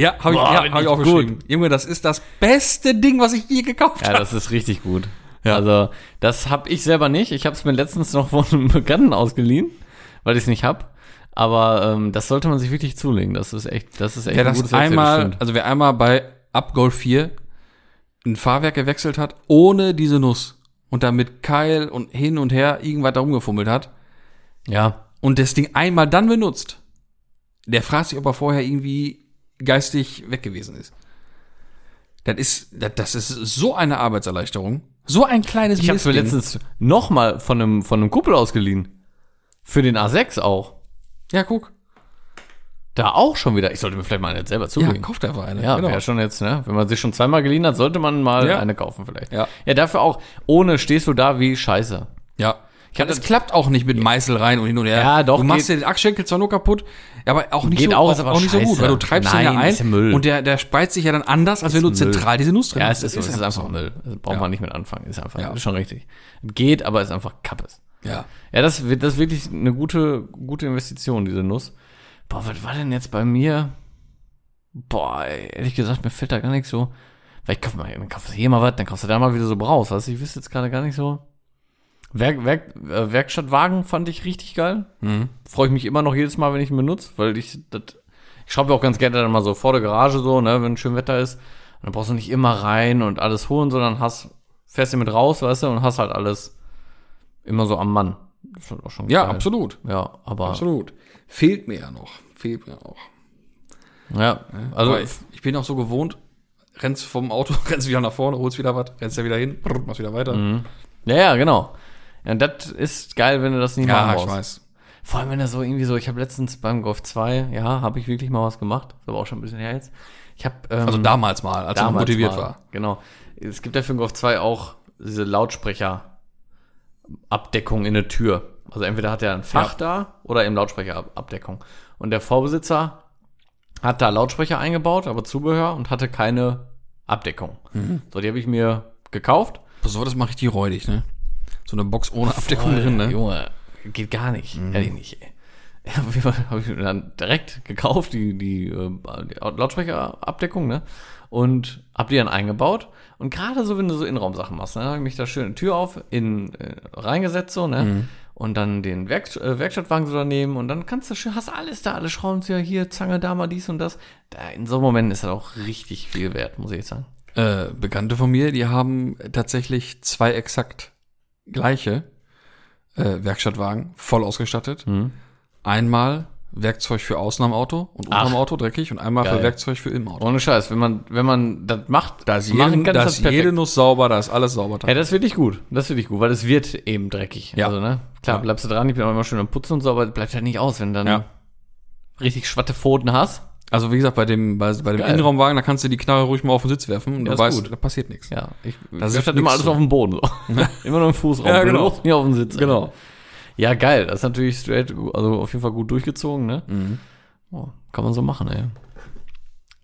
ja,
bin
hab ich
ich
auch
gut.
geschrieben. Junge, das ist das beste Ding, was ich je gekauft
Ja,
habe.
das ist richtig gut. Also, das habe ich selber nicht. Ich habe es mir letztens noch von einem Bekannten ausgeliehen, weil ich es nicht habe. Aber ähm, das sollte man sich wirklich zulegen. Das ist echt, das ist echt
Wer das
Werkzeug, das
einmal,
stimmt.
also wer einmal bei Upgold 4 ein Fahrwerk gewechselt hat, ohne diese Nuss und dann mit Keil und hin und her irgendwas da rumgefummelt hat,
Ja,
und das Ding einmal dann benutzt, der fragt sich, ob er vorher irgendwie geistig weg gewesen ist. Das ist, das, das ist so eine Arbeitserleichterung. So ein kleines
ich habe es mir
Mistding.
letztens nochmal von einem, von einem Kumpel ausgeliehen. Für den A6 auch.
Ja, guck.
Da auch schon wieder. Ich sollte mir vielleicht mal jetzt selber
Ja,
zulegen.
kauft einfach eine.
Ja,
genau.
wäre schon jetzt, ne? Wenn man sich schon zweimal geliehen hat, sollte man mal
Ja.
eine kaufen vielleicht.
Ja.
ja, dafür auch. Ohne stehst du da wie Scheiße.
ja.
Ich hab
das
das-
klappt auch nicht mit Meißel rein und hin und her.
Ja, doch,
Du machst
geht-
dir den Achschenkel zwar nur kaputt, aber auch nicht
Geht
so,
auch, ist aber
nicht so gut,
scheiße.
weil du treibst ihn ja
Nein,
ein
ist ja Müll.
und der, der spreizt sich ja dann anders, als wenn du
Müll.
zentral diese Nuss drin
Ja,
hast.
es ist so, es ist einfach Müll. Also braucht
Ja.
man nicht mit anfangen. Ist einfach,
Ja.
ist schon richtig. Geht, aber ist einfach Kappes.
Ja.
Ja, das wird das ist wirklich eine gute, gute Investition, diese Nuss. Boah, was war denn jetzt bei mir? Boah, ey, ehrlich gesagt, mir fällt da gar nichts so. Weil ich kauf mal, dann kaufst du hier mal was, dann kaufst du da mal wieder so Braus. Weißt du, ich wüsste jetzt gerade gar nicht so. Werk, Werk, äh, Werkstattwagen fand ich richtig geil.
Mhm.
Freue ich mich immer noch jedes Mal, wenn ich ihn benutze, weil ich das. Ich schraube auch ganz gerne dann mal so vor der Garage so, ne, wenn schön Wetter ist. Und dann brauchst du nicht immer rein und alles holen, sondern hast, fährst du mit raus, weißt du, und hast halt alles immer so am Mann. Das ist halt auch schon
ja,
geil.
absolut.
Ja, aber.
Absolut. Fehlt mir ja noch. Fehlt mir auch.
Ja, also.
Also ich, ich bin auch so gewohnt, rennst vom Auto, rennst wieder nach vorne, holst wieder was, rennst ja wieder hin, brr, machst wieder weiter.
Mhm. Ja, ja, genau. Ja, das ist geil, wenn du das nicht machen brauchst.
weiß.
Vor allem, wenn er so irgendwie so, ich habe letztens beim Golf 2, ja, habe ich wirklich mal was gemacht. Ist aber auch schon ein bisschen her jetzt. Ich habe ähm,
Also damals mal, als er noch
damals
motiviert
mal.
war.
Genau. Es gibt ja für den Golf 2 auch diese Lautsprecherabdeckung in der Tür. Also entweder hat er ein Fach da oder eben Lautsprecherabdeckung. Und der Vorbesitzer hat da Lautsprecher eingebaut, aber Zubehör und hatte keine Abdeckung.
Mhm.
So, die habe ich mir gekauft.
Pass auf, das mache ich die räudig, ne? So eine Box ohne Abdeckung
Voll,
drin, ne? Mhm.
Junge, geht gar nicht. Ehrlich nicht, ey. Auf jeden Fall habe ich mir dann direkt gekauft, die, die, äh, die Lautsprecherabdeckung, ne? Und hab die dann eingebaut. Und gerade so, wenn du so Innenraumsachen machst, ne? Habe ich mich da schön eine Tür auf, in, äh, reingesetzt, so, ne?
Mhm.
Und dann den Werk, äh, Werkstattwagen so daneben und dann kannst du schön, hast alles da, alle Schraubenzieher hier, Zange da mal dies und das. Da, in so einem Moment ist das auch richtig viel wert, muss ich sagen.
Äh, Bekannte von mir, die haben tatsächlich zwei exakt gleiche äh, Werkstattwagen, voll ausgestattet.
Mhm.
Einmal Werkzeug für Außenamauto und
Ach.
unterm Auto dreckig und einmal für
Geil.
Werkzeug für im Auto.
Ohne Scheiß, wenn man, wenn man das macht,
Da ist,
machen
jeden,
kann,
da ist
perfekt.
jede Nuss sauber, da ist alles sauber.
Ja, das wird ich gut. Das wird ich gut, weil es wird eben dreckig.
Ja.
Also, ne? Klar,
Ja.
bleibst du dran, ich bin auch immer schön am Putzen und so, aber bleibt halt nicht aus, wenn du dann
Ja.
richtig schwatte Pfoten hast.
Also wie gesagt, bei dem, bei, bei dem
Geil.
Innenraumwagen, da kannst du die Knarre ruhig mal auf den Sitz werfen und
Ja,
du
ist
weißt,
gut.
da passiert nichts.
Ja, ich, ich
ist
werf halt
nix
immer alles
so.
auf den Boden. So. immer nur im Fußraum.
Ja, genau.
bloß Nicht auf dem Sitz. Genau. Ja, geil. Das ist natürlich straight, also auf jeden Fall gut durchgezogen, ne? Oh, kann man so machen, ey.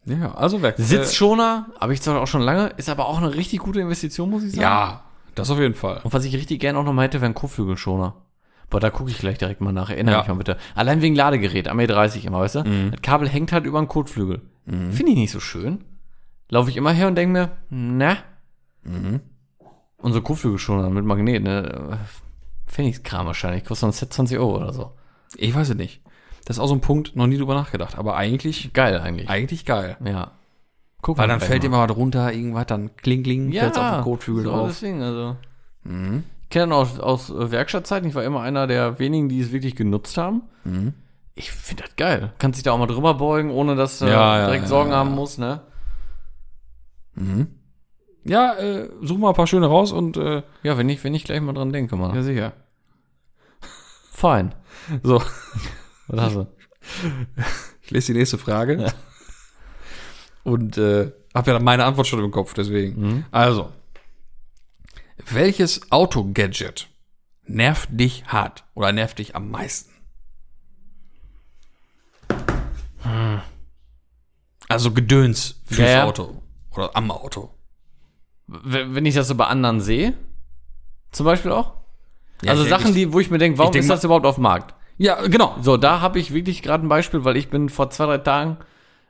Ja, also weg.
Sitzschoner habe ich zwar auch schon lange, ist aber auch eine richtig gute Investition, muss ich
Äh,
sagen.
ja, das auf jeden Fall.
Und was ich richtig gern auch noch mal hätte, wäre ein Kotflügelschoner. Boah, da gucke ich gleich direkt mal nach. Erinnere
Ja.
mich mal bitte. Allein wegen Ladegerät, am E30 immer, weißt du? Das Kabel hängt halt über den Kotflügel. Finde ich nicht so schön. Laufe ich immer her und denke mir, na? Und so Kotflügelschoner mit Magnet, ne? Pfennigskram wahrscheinlich. Kostet so ein Set 20 Euro oder so.
Ich weiß es nicht. Das ist auch so ein Punkt, noch nie drüber nachgedacht, aber eigentlich,
Geil eigentlich.
eigentlich geil.
Ja. Guck
Weil dann
gleich
fällt dir mal was runter, irgendwas, dann kling, kling,
ja,
fällt's auf den Kotflügel
so
drauf. Mhm.
Deswegen, also. Ich kenne aus, aus äh, Werkstattzeiten, ich war immer einer der wenigen, die es wirklich genutzt haben.
Mhm.
Ich finde das geil. Kannst dich da auch mal drüber beugen, ohne dass du
Ja, ja,
direkt
ja,
Sorgen
ja,
haben
ja.
musst, ne?
Ja, äh, such mal ein paar schöne raus und, äh,
Ja, wenn ich, wenn ich gleich mal dran denke, mal.
sicher.
Fein.
So,
Was hast du?
ich lese die nächste Frage. Und, äh, hab ja dann meine Antwort schon im Kopf, deswegen.
Mhm.
Also. Welches Autogadget nervt dich hart oder nervt dich am meisten? Also Gedöns fürs
Hm. Ja, ja.
Also Auto oder am Auto.
w- wenn ich das so bei anderen sehe, zum Beispiel auch. also
ich-
Sachen,
ich-
die, wo ich mir denke, warum
denk
ist
mal-
das überhaupt auf dem Markt?
Ja, genau.
So, da habe ich wirklich gerade ein Beispiel, weil ich bin vor zwei, drei Tagen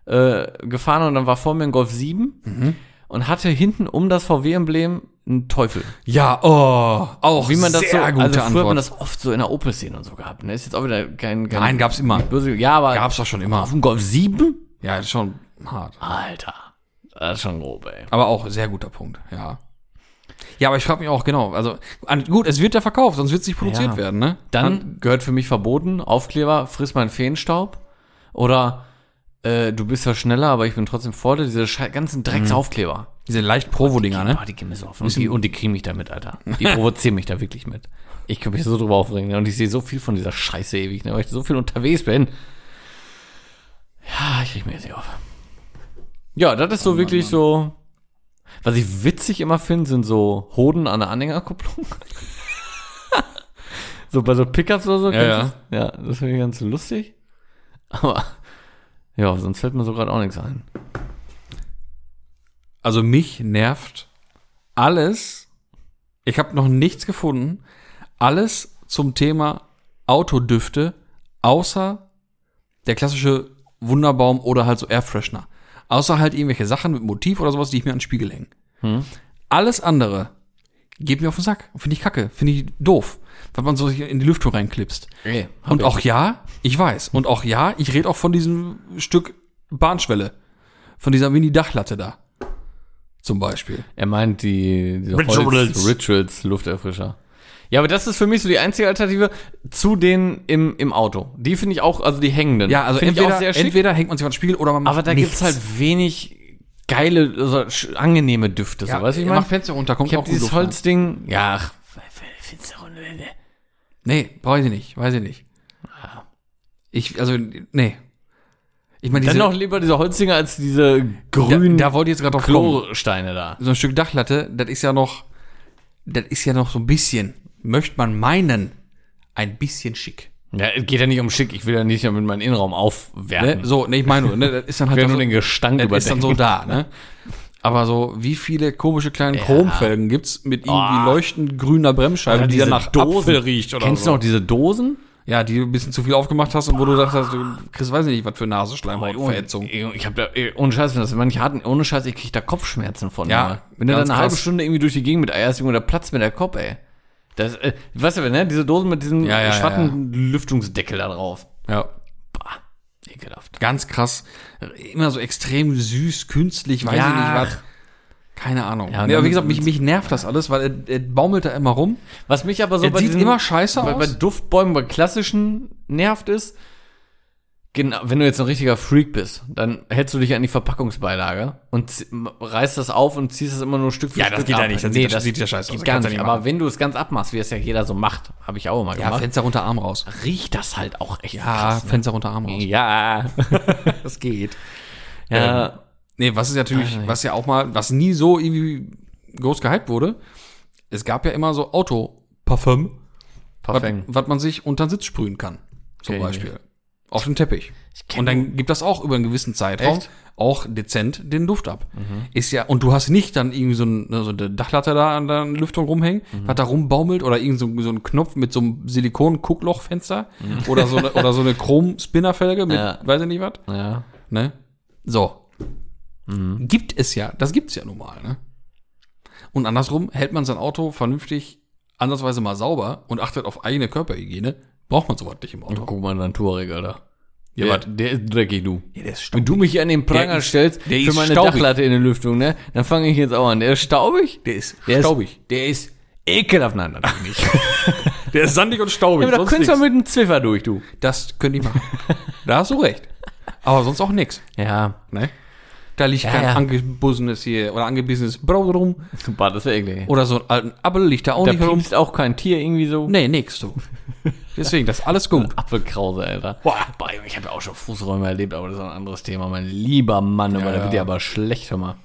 äh, gefahren und dann war vor mir ein Golf 7 und hatte hinten um das VW-Emblem einen Teufel.
Ja, oh, auch
Wie man das so,
sehr gute
also früher hat man
Antwort.
das oft so in der Opel-Szene und so gehabt. Ne? Ist jetzt auch wieder kein, kein
Nein, gab's immer.
böse, ja, aber
Gab's doch schon immer.
auf dem Golf 7?
Ja, das ist schon hart.
Alter, das ist schon grob, ey.
Aber auch sehr guter Punkt, ja. Ja, aber ich frage mich auch, genau, also an, gut, es wird ja verkauft, sonst wird es nicht produziert
Ja.
werden, ne?
Dann gehört für mich verboten, Aufkleber, friss meinen Feenstaub. Oder äh, du bist ja schneller, aber ich bin trotzdem vor dir. Diese schei- ganzen Drecksaufkleber.
Diese leicht Provo-Dinger, ne?
Boah, die gehen mir so auf. Und die, und die kriegen mich damit, Alter. Die provozieren mich da wirklich mit. Ich kann mich so drüber aufregen. ne? Und ich sehe so viel von dieser Scheiße ewig, ne? weil ich so viel unterwegs bin. Ja, ich reg mir jetzt nicht auf. Ja, das
Oh
ist so wirklich so. Was ich witzig immer finde, sind so Hoden an der Anhängerkupplung. so bei so Pickups oder so.
Ja,
kennst du's? ja das finde ich ganz lustig. Aber ja, sonst fällt mir so gerade auch nichts ein.
Also mich nervt alles, ich habe noch nichts gefunden, alles zum Thema Autodüfte, außer der klassische Wunderbaum oder halt so Airfreshener. Außer halt irgendwelche Sachen mit Motiv oder sowas, die ich mir an den Spiegel hänge. Alles andere geht mir auf den Sack. Finde ich kacke. Finde ich doof. Weil man so in die Lüftung reinklipst.
Ey, hab
Und
ich.
auch ja, ich weiß. Und auch ja, ich rede auch von diesem Stück Bahnschwelle. Von dieser Mini-Dachlatte da. Zum Beispiel.
Er meint die, diese
Rituals.
Holz- Rituals Lufterfrischer. Ja, aber das ist für mich so die einzige Alternative zu denen im, im Auto. Die finde ich auch, also die hängenden.
Ja, also
Find ich
entweder,
auch sehr schick,
entweder hängt man sich an den Spiegel oder man macht
aber da gibt
nichts.
es halt wenig geile, also, sch- angenehme Düfte.
ja,
so, weißt du, ich
mach
meine?
Fenster runter, kommt
Ich
auch
habe
gut
dieses
Luft ne? rein.
Holzding. Ja, ach, findest du auch nur-
Nee, weiß ich nicht, weiß ich nicht. Ich, also, nee. Ich meine,
Ah. Dann
diese,
noch lieber diese Holzdinger als diese grünen
da, da wollte ich jetzt gerade drauf kommen.
Chlorsteine da.
So ein Stück Dachlatte, das ist ja noch, das ist ja noch so ein bisschen, möchte man meinen, ein bisschen schick.
Ja, es geht ja nicht um schick. Ich will ja nicht mit meinem Innenraum
Ne?
aufwerten.
So, ne, ich meine nur, ne, das ist dann
Ich
halt
will
doch
nur
so,
den Gestank
das ist dann so
überdenken.
da, ne? Aber so, wie viele komische kleine Chromfelgen gibt's mit irgendwie
Ah.
leuchtend grüner Bremsscheibe, die
diese
dann nach
Dosen.
Apfel riecht oder
Kennst
so.
du noch diese Dosen?
Ja, die du ein bisschen zu viel aufgemacht hast und wo du dachtest, du kriegst, weiß ich nicht, was für Nasenschleimhautverhetzung.
Ich, ich hab da, ey, ohne Scheiß, wenn das manche hatten, ohne Scheiß, ich krieg da Kopfschmerzen von.
Ja,
Junge. Wenn du dann eine
ganz
halbe
krass.
Stunde irgendwie durch die Gegend mit Eierst, Junge, da platzt mir der Kopf, ey. Das, äh, weißt du, ne, diese Dosen mit diesem
Ja, ja, ja,
schwatten Lüftungsdeckel da drauf.
Ja,
Bah, ekelhaft.
ganz krass. Immer so extrem süß, künstlich, weiß
Ja.
ich nicht was. Keine Ahnung.
Ja,
nee, aber
dann-
wie gesagt, mich, mich nervt das alles, weil es, es baumelt da immer rum.
Was mich aber so
Es sieht
diesen-
immer scheiße
bei, bei
aus.
Duftbäumen, bei klassischen nervt ist, genau, wenn du jetzt ein richtiger Freak bist, dann hältst du dich an die Verpackungsbeilage und zie- m- reißt das auf und ziehst es immer nur Stück für
Ja,
Stück
das geht ja nicht,
Dann
dann
nee,
sieht das-
das
sieht ja scheiße
geht
aus,
gar
kannst du
nicht.
nicht
aber
machen.
wenn du es ganz abmachst, wie es ja jeder so macht, habe ich auch immer
Ja,
gemacht,
Fenster runter Arm raus.
riecht das halt auch echt
Ja,
krass. ne?
Fenster runter Arm raus.
Ja.
Das geht.
ja.
Nee, was ist
Ah,
natürlich, was ja auch mal, was nie so irgendwie groß gehypt wurde, es gab ja immer so Autoparfüm, was
Parfum.
was man sich unter den Sitz sprühen kann, zum
Kenn ich
Beispiel. Auf dem Teppich.
kenn-
Und dann gibt das auch über einen gewissen Zeitraum
Echt? Mhm.
auch dezent den Duft ab. Ist ja, und du hast nicht dann irgendwie so, ein, ne, so eine Dachlatte da an der Lüftung rumhängen,
Mhm.
was da rumbaumelt oder irgend so, so ein Knopf mit so einem Silikon-Gucklochfenster oder so eine, oder so eine Chrom-Spinnerfelge mit,
Mhm. Ja.
weiß ich nicht was.
Ja.
Ne? So. Gibt es ja, das gibt's ja nun mal, ne? Und andersrum hält man sein Auto vernünftig ansatzweise mal sauber und achtet auf eigene Körperhygiene, braucht man sowas nicht im Auto.
Guck mal an Touareg, Alter.
Ja,
der,
wat?
der ist dreckig, du.
Ja, der ist
Wenn du mich hier an den Pranger
ist-
stellst
der
für
ist
meine
staubig.
Dachlatte in der Lüftung, ne? Dann fange ich jetzt auch an. Der ist staubig?
Der ist
Der
staubig.
Ist, der ist ekelhaft. Nein, natürlich nicht. ja,
der ist sandig und staubig.
aber da
sonst
könntest du
nix.
mit einem Zwiffer durch, du.
das könnte ich machen. da hast du recht. Aber sonst auch nix.
Ja.
Ne? Da liegt
Ja,
kein
ja.
angebissenes hier oder angebissenes Brot rum
Boah, das wäre eklig.
oder so ein alten Appel liegt da auch
Da
nicht rum.
piepst auch kein Tier irgendwie so.
Nee, nix du. Deswegen, das ist alles gut.
Apfelkrause, Alter. Boah, boah, Junge, ich habe ja auch schon Fußräume erlebt, aber das ist ein anderes Thema. Mein lieber Mann, aber da
ja.
wird dir aber schlecht, hör mal.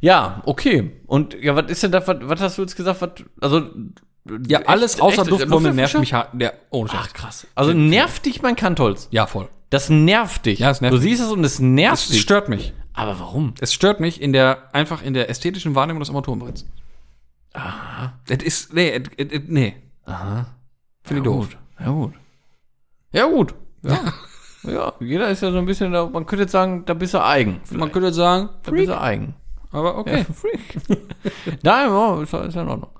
Ja, okay. Und ja, was ist denn da, was, was hast du jetzt gesagt? Was, also,
Ja, alles außer
echt?
Duftbombe nervt
Luftfische?
mich hart. Der, oh,
ach krass. Also nervt dich mein Kantholz.
Ja, voll.
Das nervt dich.
Ja, es nervt
du siehst es und es nervt
Das
dich.
stört mich.
Aber warum?
Es stört mich in der, einfach in der ästhetischen Wahrnehmung des Armaturenbretts.
Aha.
Das ist, nee, et- et- et- nee.
Aha.
Finde ich
ja,
doof.
Gut. Ja, gut. Ja, gut. Ja. ja, jeder ist ja so ein bisschen, da, man könnte jetzt sagen, da bist du eigen.
Man könnte sagen,
da bist du eigen.
aber okay.
Freak. Nein, ja, ist, ja- ist ja in Ordnung.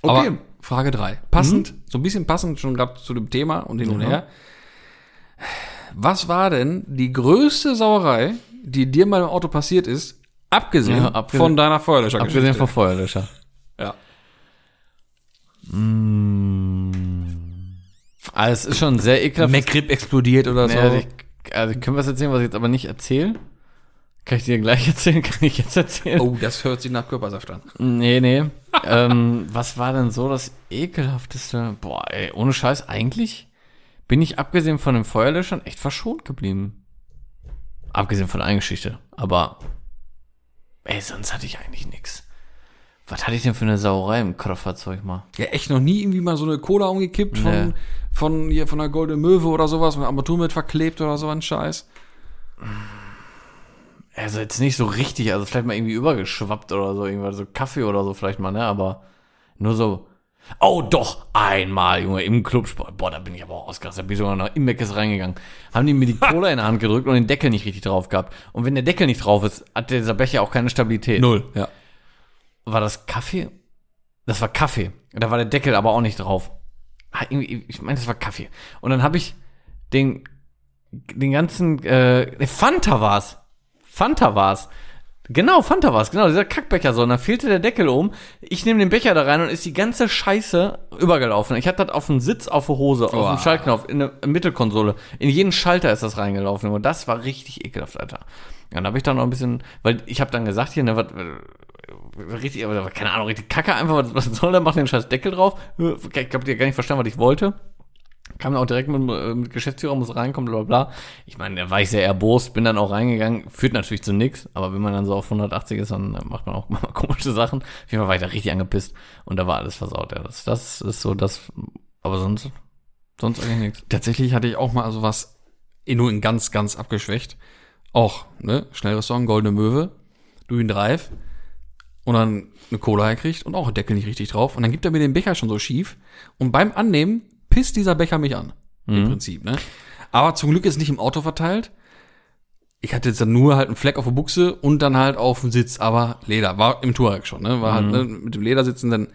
Aber
Okay. Mhm.
Frage 3. Passend, so ein bisschen passend schon gerade zu dem Thema und hin und
Ja.
her. Was war denn die größte Sauerei, die dir mal im Auto passiert ist, abgesehen,
Ja, abgesehen-
von deiner Feuerlöschergeschichte?
Abgesehen vom Feuerlöscher.
ja.
Also es ist schon sehr ekelhaft.
McRib explodiert oder
Nee, also, ich, also können wir es erzählen, was ich jetzt aber nicht erzähle? Kann ich dir gleich erzählen? Kann ich jetzt erzählen?
Oh, das hört sich nach Körpersaft an.
Nee, nee. ähm, was war denn so das ekelhafteste? Boah, ey, ohne Scheiß, eigentlich bin ich abgesehen von den Feuerlöschern echt verschont geblieben. Abgesehen von einer Geschichte. Aber, ey, sonst hatte ich eigentlich nix. Was hatte ich denn für eine Sauerei im Kofferzeug mal?
Ja, echt noch nie irgendwie mal so eine Cola umgekippt von,
Nee.
von, hier, von der Goldenen Möwe oder sowas, mit Armatur mit verklebt oder so ein Scheiß.
Also jetzt nicht so richtig, also vielleicht mal irgendwie übergeschwappt oder so, irgendwas, so Kaffee oder so vielleicht mal, ne? Aber nur so. Oh doch, einmal, Junge, im Clubsport. Boah, da bin ich aber auch ausgerastet. Da bin ich sogar noch im Meckes reingegangen. Haben die mir die Cola in die Hand gedrückt und den Deckel nicht richtig drauf gehabt. Und wenn der Deckel nicht drauf ist, hat dieser Becher auch keine Stabilität.
Null, ja.
War das Kaffee? Das war Kaffee. Da war der Deckel aber auch nicht drauf. Ah, irgendwie- Ich meine, das war Kaffee. Und dann habe ich den, den ganzen, äh, Fanta war's. Fanta war's. Genau, Fanta war's, genau, dieser Kackbecher so. Und da fehlte der Deckel oben. Ich nehme den Becher da rein und ist die ganze Scheiße übergelaufen. Ich hatte das auf den Sitz, auf der Hose, auf
Boah.
dem Schaltknopf, in der Mittelkonsole. In jeden Schalter ist das reingelaufen. Und das war richtig ekelhaft, Alter. Ja, Dann habe ich da noch ein bisschen, weil ich habe dann gesagt hier, ne, was, äh, richtig, aber keine Ahnung, richtig Kacke einfach, was, was soll der, mach den scheiß Deckel drauf. Äh, Ich habe dir gar nicht verstanden, was ich wollte kam auch direkt mit, äh, mit Geschäftsführer, muss reinkommen, bla bla. bla. Ich meine, da war ich sehr erbost, bin dann auch reingegangen, führt natürlich zu nichts, aber wenn man dann so auf 180 ist, dann äh, macht man auch mal komische Sachen. Auf jeden Fall war ich da richtig angepisst und da war alles versaut. Ja, das, das ist so das, aber sonst, sonst eigentlich nichts.
Tatsächlich hatte ich auch mal sowas, eh, nur in ganz, ganz abgeschwächt. Auch, ne? Schnellrestaurant, Goldene Möwe, du ihn Drive. Und dann eine Cola herkriegt und auch den Deckel nicht richtig drauf. Und dann gibt er mir den Becher schon so schief. Und beim Annehmen pisst dieser Becher mich an. Im Prinzip, ne? Aber zum Glück ist nicht im Auto verteilt. Ich hatte jetzt dann nur halt einen Fleck auf der Buchse und dann halt auf dem Sitz, aber Leder, war im Touareg schon, ne? War halt ne, mit dem Leder sitzen, dann,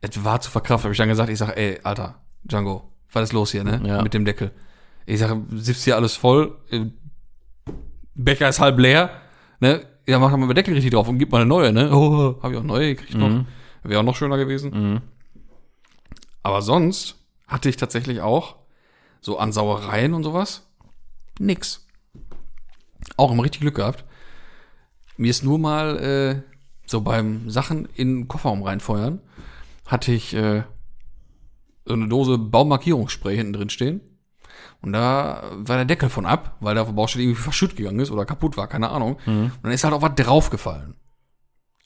es war zu verkraften, habe ich dann gesagt, ich sag, ey, Alter, Django, was ist los hier, ne?
Ja.
Mit dem Deckel. Ich sag, siffst hier alles voll, äh, Becher ist halb leer, ne? Ja, mach doch mal den Deckel richtig drauf und gib mal eine neue, ne? Oh, habe ich auch neue gekriegt noch. Wäre auch noch schöner gewesen. Aber sonst hatte ich tatsächlich auch so an Sauereien und sowas nix. Auch immer richtig Glück gehabt. Mir ist nur mal äh, so beim Sachen in den Kofferraum reinfeuern, hatte ich äh, so eine Dose Baumarkierungsspray hinten drin stehen. Und da war der Deckel von ab, weil der auf der Baustelle irgendwie verschütt gegangen ist oder kaputt war, keine Ahnung. Und dann ist halt auch was draufgefallen.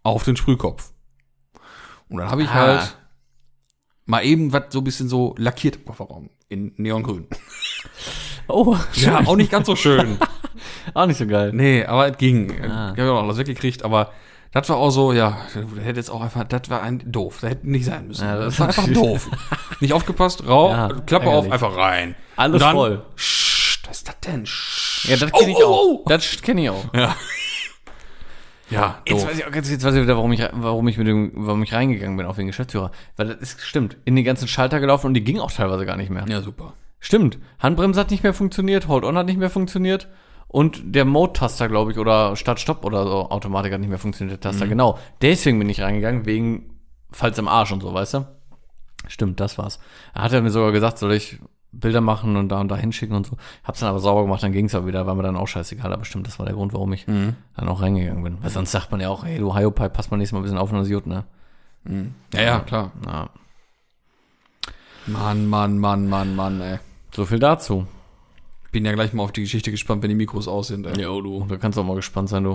Auf den Sprühkopf. Und dann habe ich
Ah.
halt mal eben was so ein bisschen so lackiert im Kofferraum. In Neongrün.
Oh,
Ja, auch nicht ganz so schön.
auch nicht so geil.
Nee, aber es ging.
Ah.
Ich habe ja auch noch alles weggekriegt, aber das war auch so, ja, das hätte jetzt auch einfach, das war ein doof. Das hätte nicht sein müssen.
Ja, das
das war
ist
einfach
natürlich-
doof. Nicht aufgepasst, rau,
Ja,
Klappe auf,
ärgerlich.
einfach rein.
Alles
Und dann,
voll.
Sch, was ist das denn? Sch,
Ja, das kenne ich
oh,
auch.
oh, oh.
Das kenne ich auch.
Ja,
Jetzt
doof.
weiß, ich, auch- jetzt, jetzt weiß ich wieder, warum ich, warum ich mit dem, warum ich reingegangen bin auf den Geschäftsführer. Weil das ist, stimmt, in den ganzen Schalter gelaufen und die ging auch teilweise gar nicht mehr.
Ja, super.
Stimmt. Handbremse hat nicht mehr funktioniert, Hold-On hat nicht mehr funktioniert und der Mode-Taster, glaube ich, oder Start-Stopp oder so Automatik hat nicht mehr funktioniert, der Taster, genau. Deswegen bin ich reingegangen, wegen Falls im Arsch und so, weißt du? Stimmt, das war's. Er hat er mir sogar gesagt, soll ich Bilder machen und da und da hinschicken und so. Hab's dann aber sauber gemacht, dann ging's aber wieder, war mir dann auch scheißegal, aber stimmt, das war der Grund, warum ich dann auch reingegangen bin. Weil sonst sagt man ja auch, hey, du Hyopai, pass mal nächstes Mal ein bisschen auf und das ist gut, ne?
Ja, ja, klar.
Ja.
Mann, Mann, Mann, Mann, Mann, ey.
So viel dazu.
Bin ja gleich mal auf die Geschichte gespannt, wenn die Mikros aus sind, ey.
Jo, du. Da kannst du auch mal gespannt sein, du.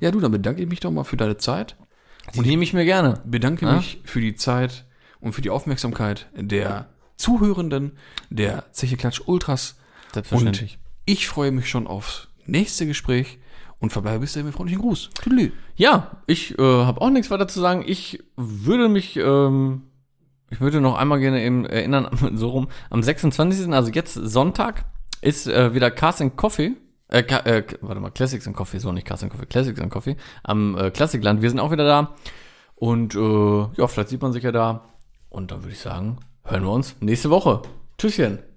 Ja, du, dann bedanke ich mich doch mal für deine Zeit.
Die nehme ich mir gerne.
bedanke
Ja.
mich für die Zeit und für die Aufmerksamkeit der Zuhörenden, der Zeche Klatsch Ultras. Und ich freue mich schon aufs nächste Gespräch und verbleibe bis dahin mit freundlichen Gruß. Tüdelü.
Ja, ich äh, habe auch nichts weiter zu sagen. Ich würde mich, ähm, ich würde noch einmal gerne eben erinnern, so rum, am 26., also jetzt Sonntag, ist äh, wieder Cars and Coffee. Äh, Ka- äh, warte mal, Classics and Coffee, so nicht Cars and Coffee, Classics and Coffee am äh, Klassikland. Wir sind auch wieder da. Und äh, ja, vielleicht sieht man sich ja da. Und dann würde ich sagen, hören wir uns nächste Woche. Tschüsschen.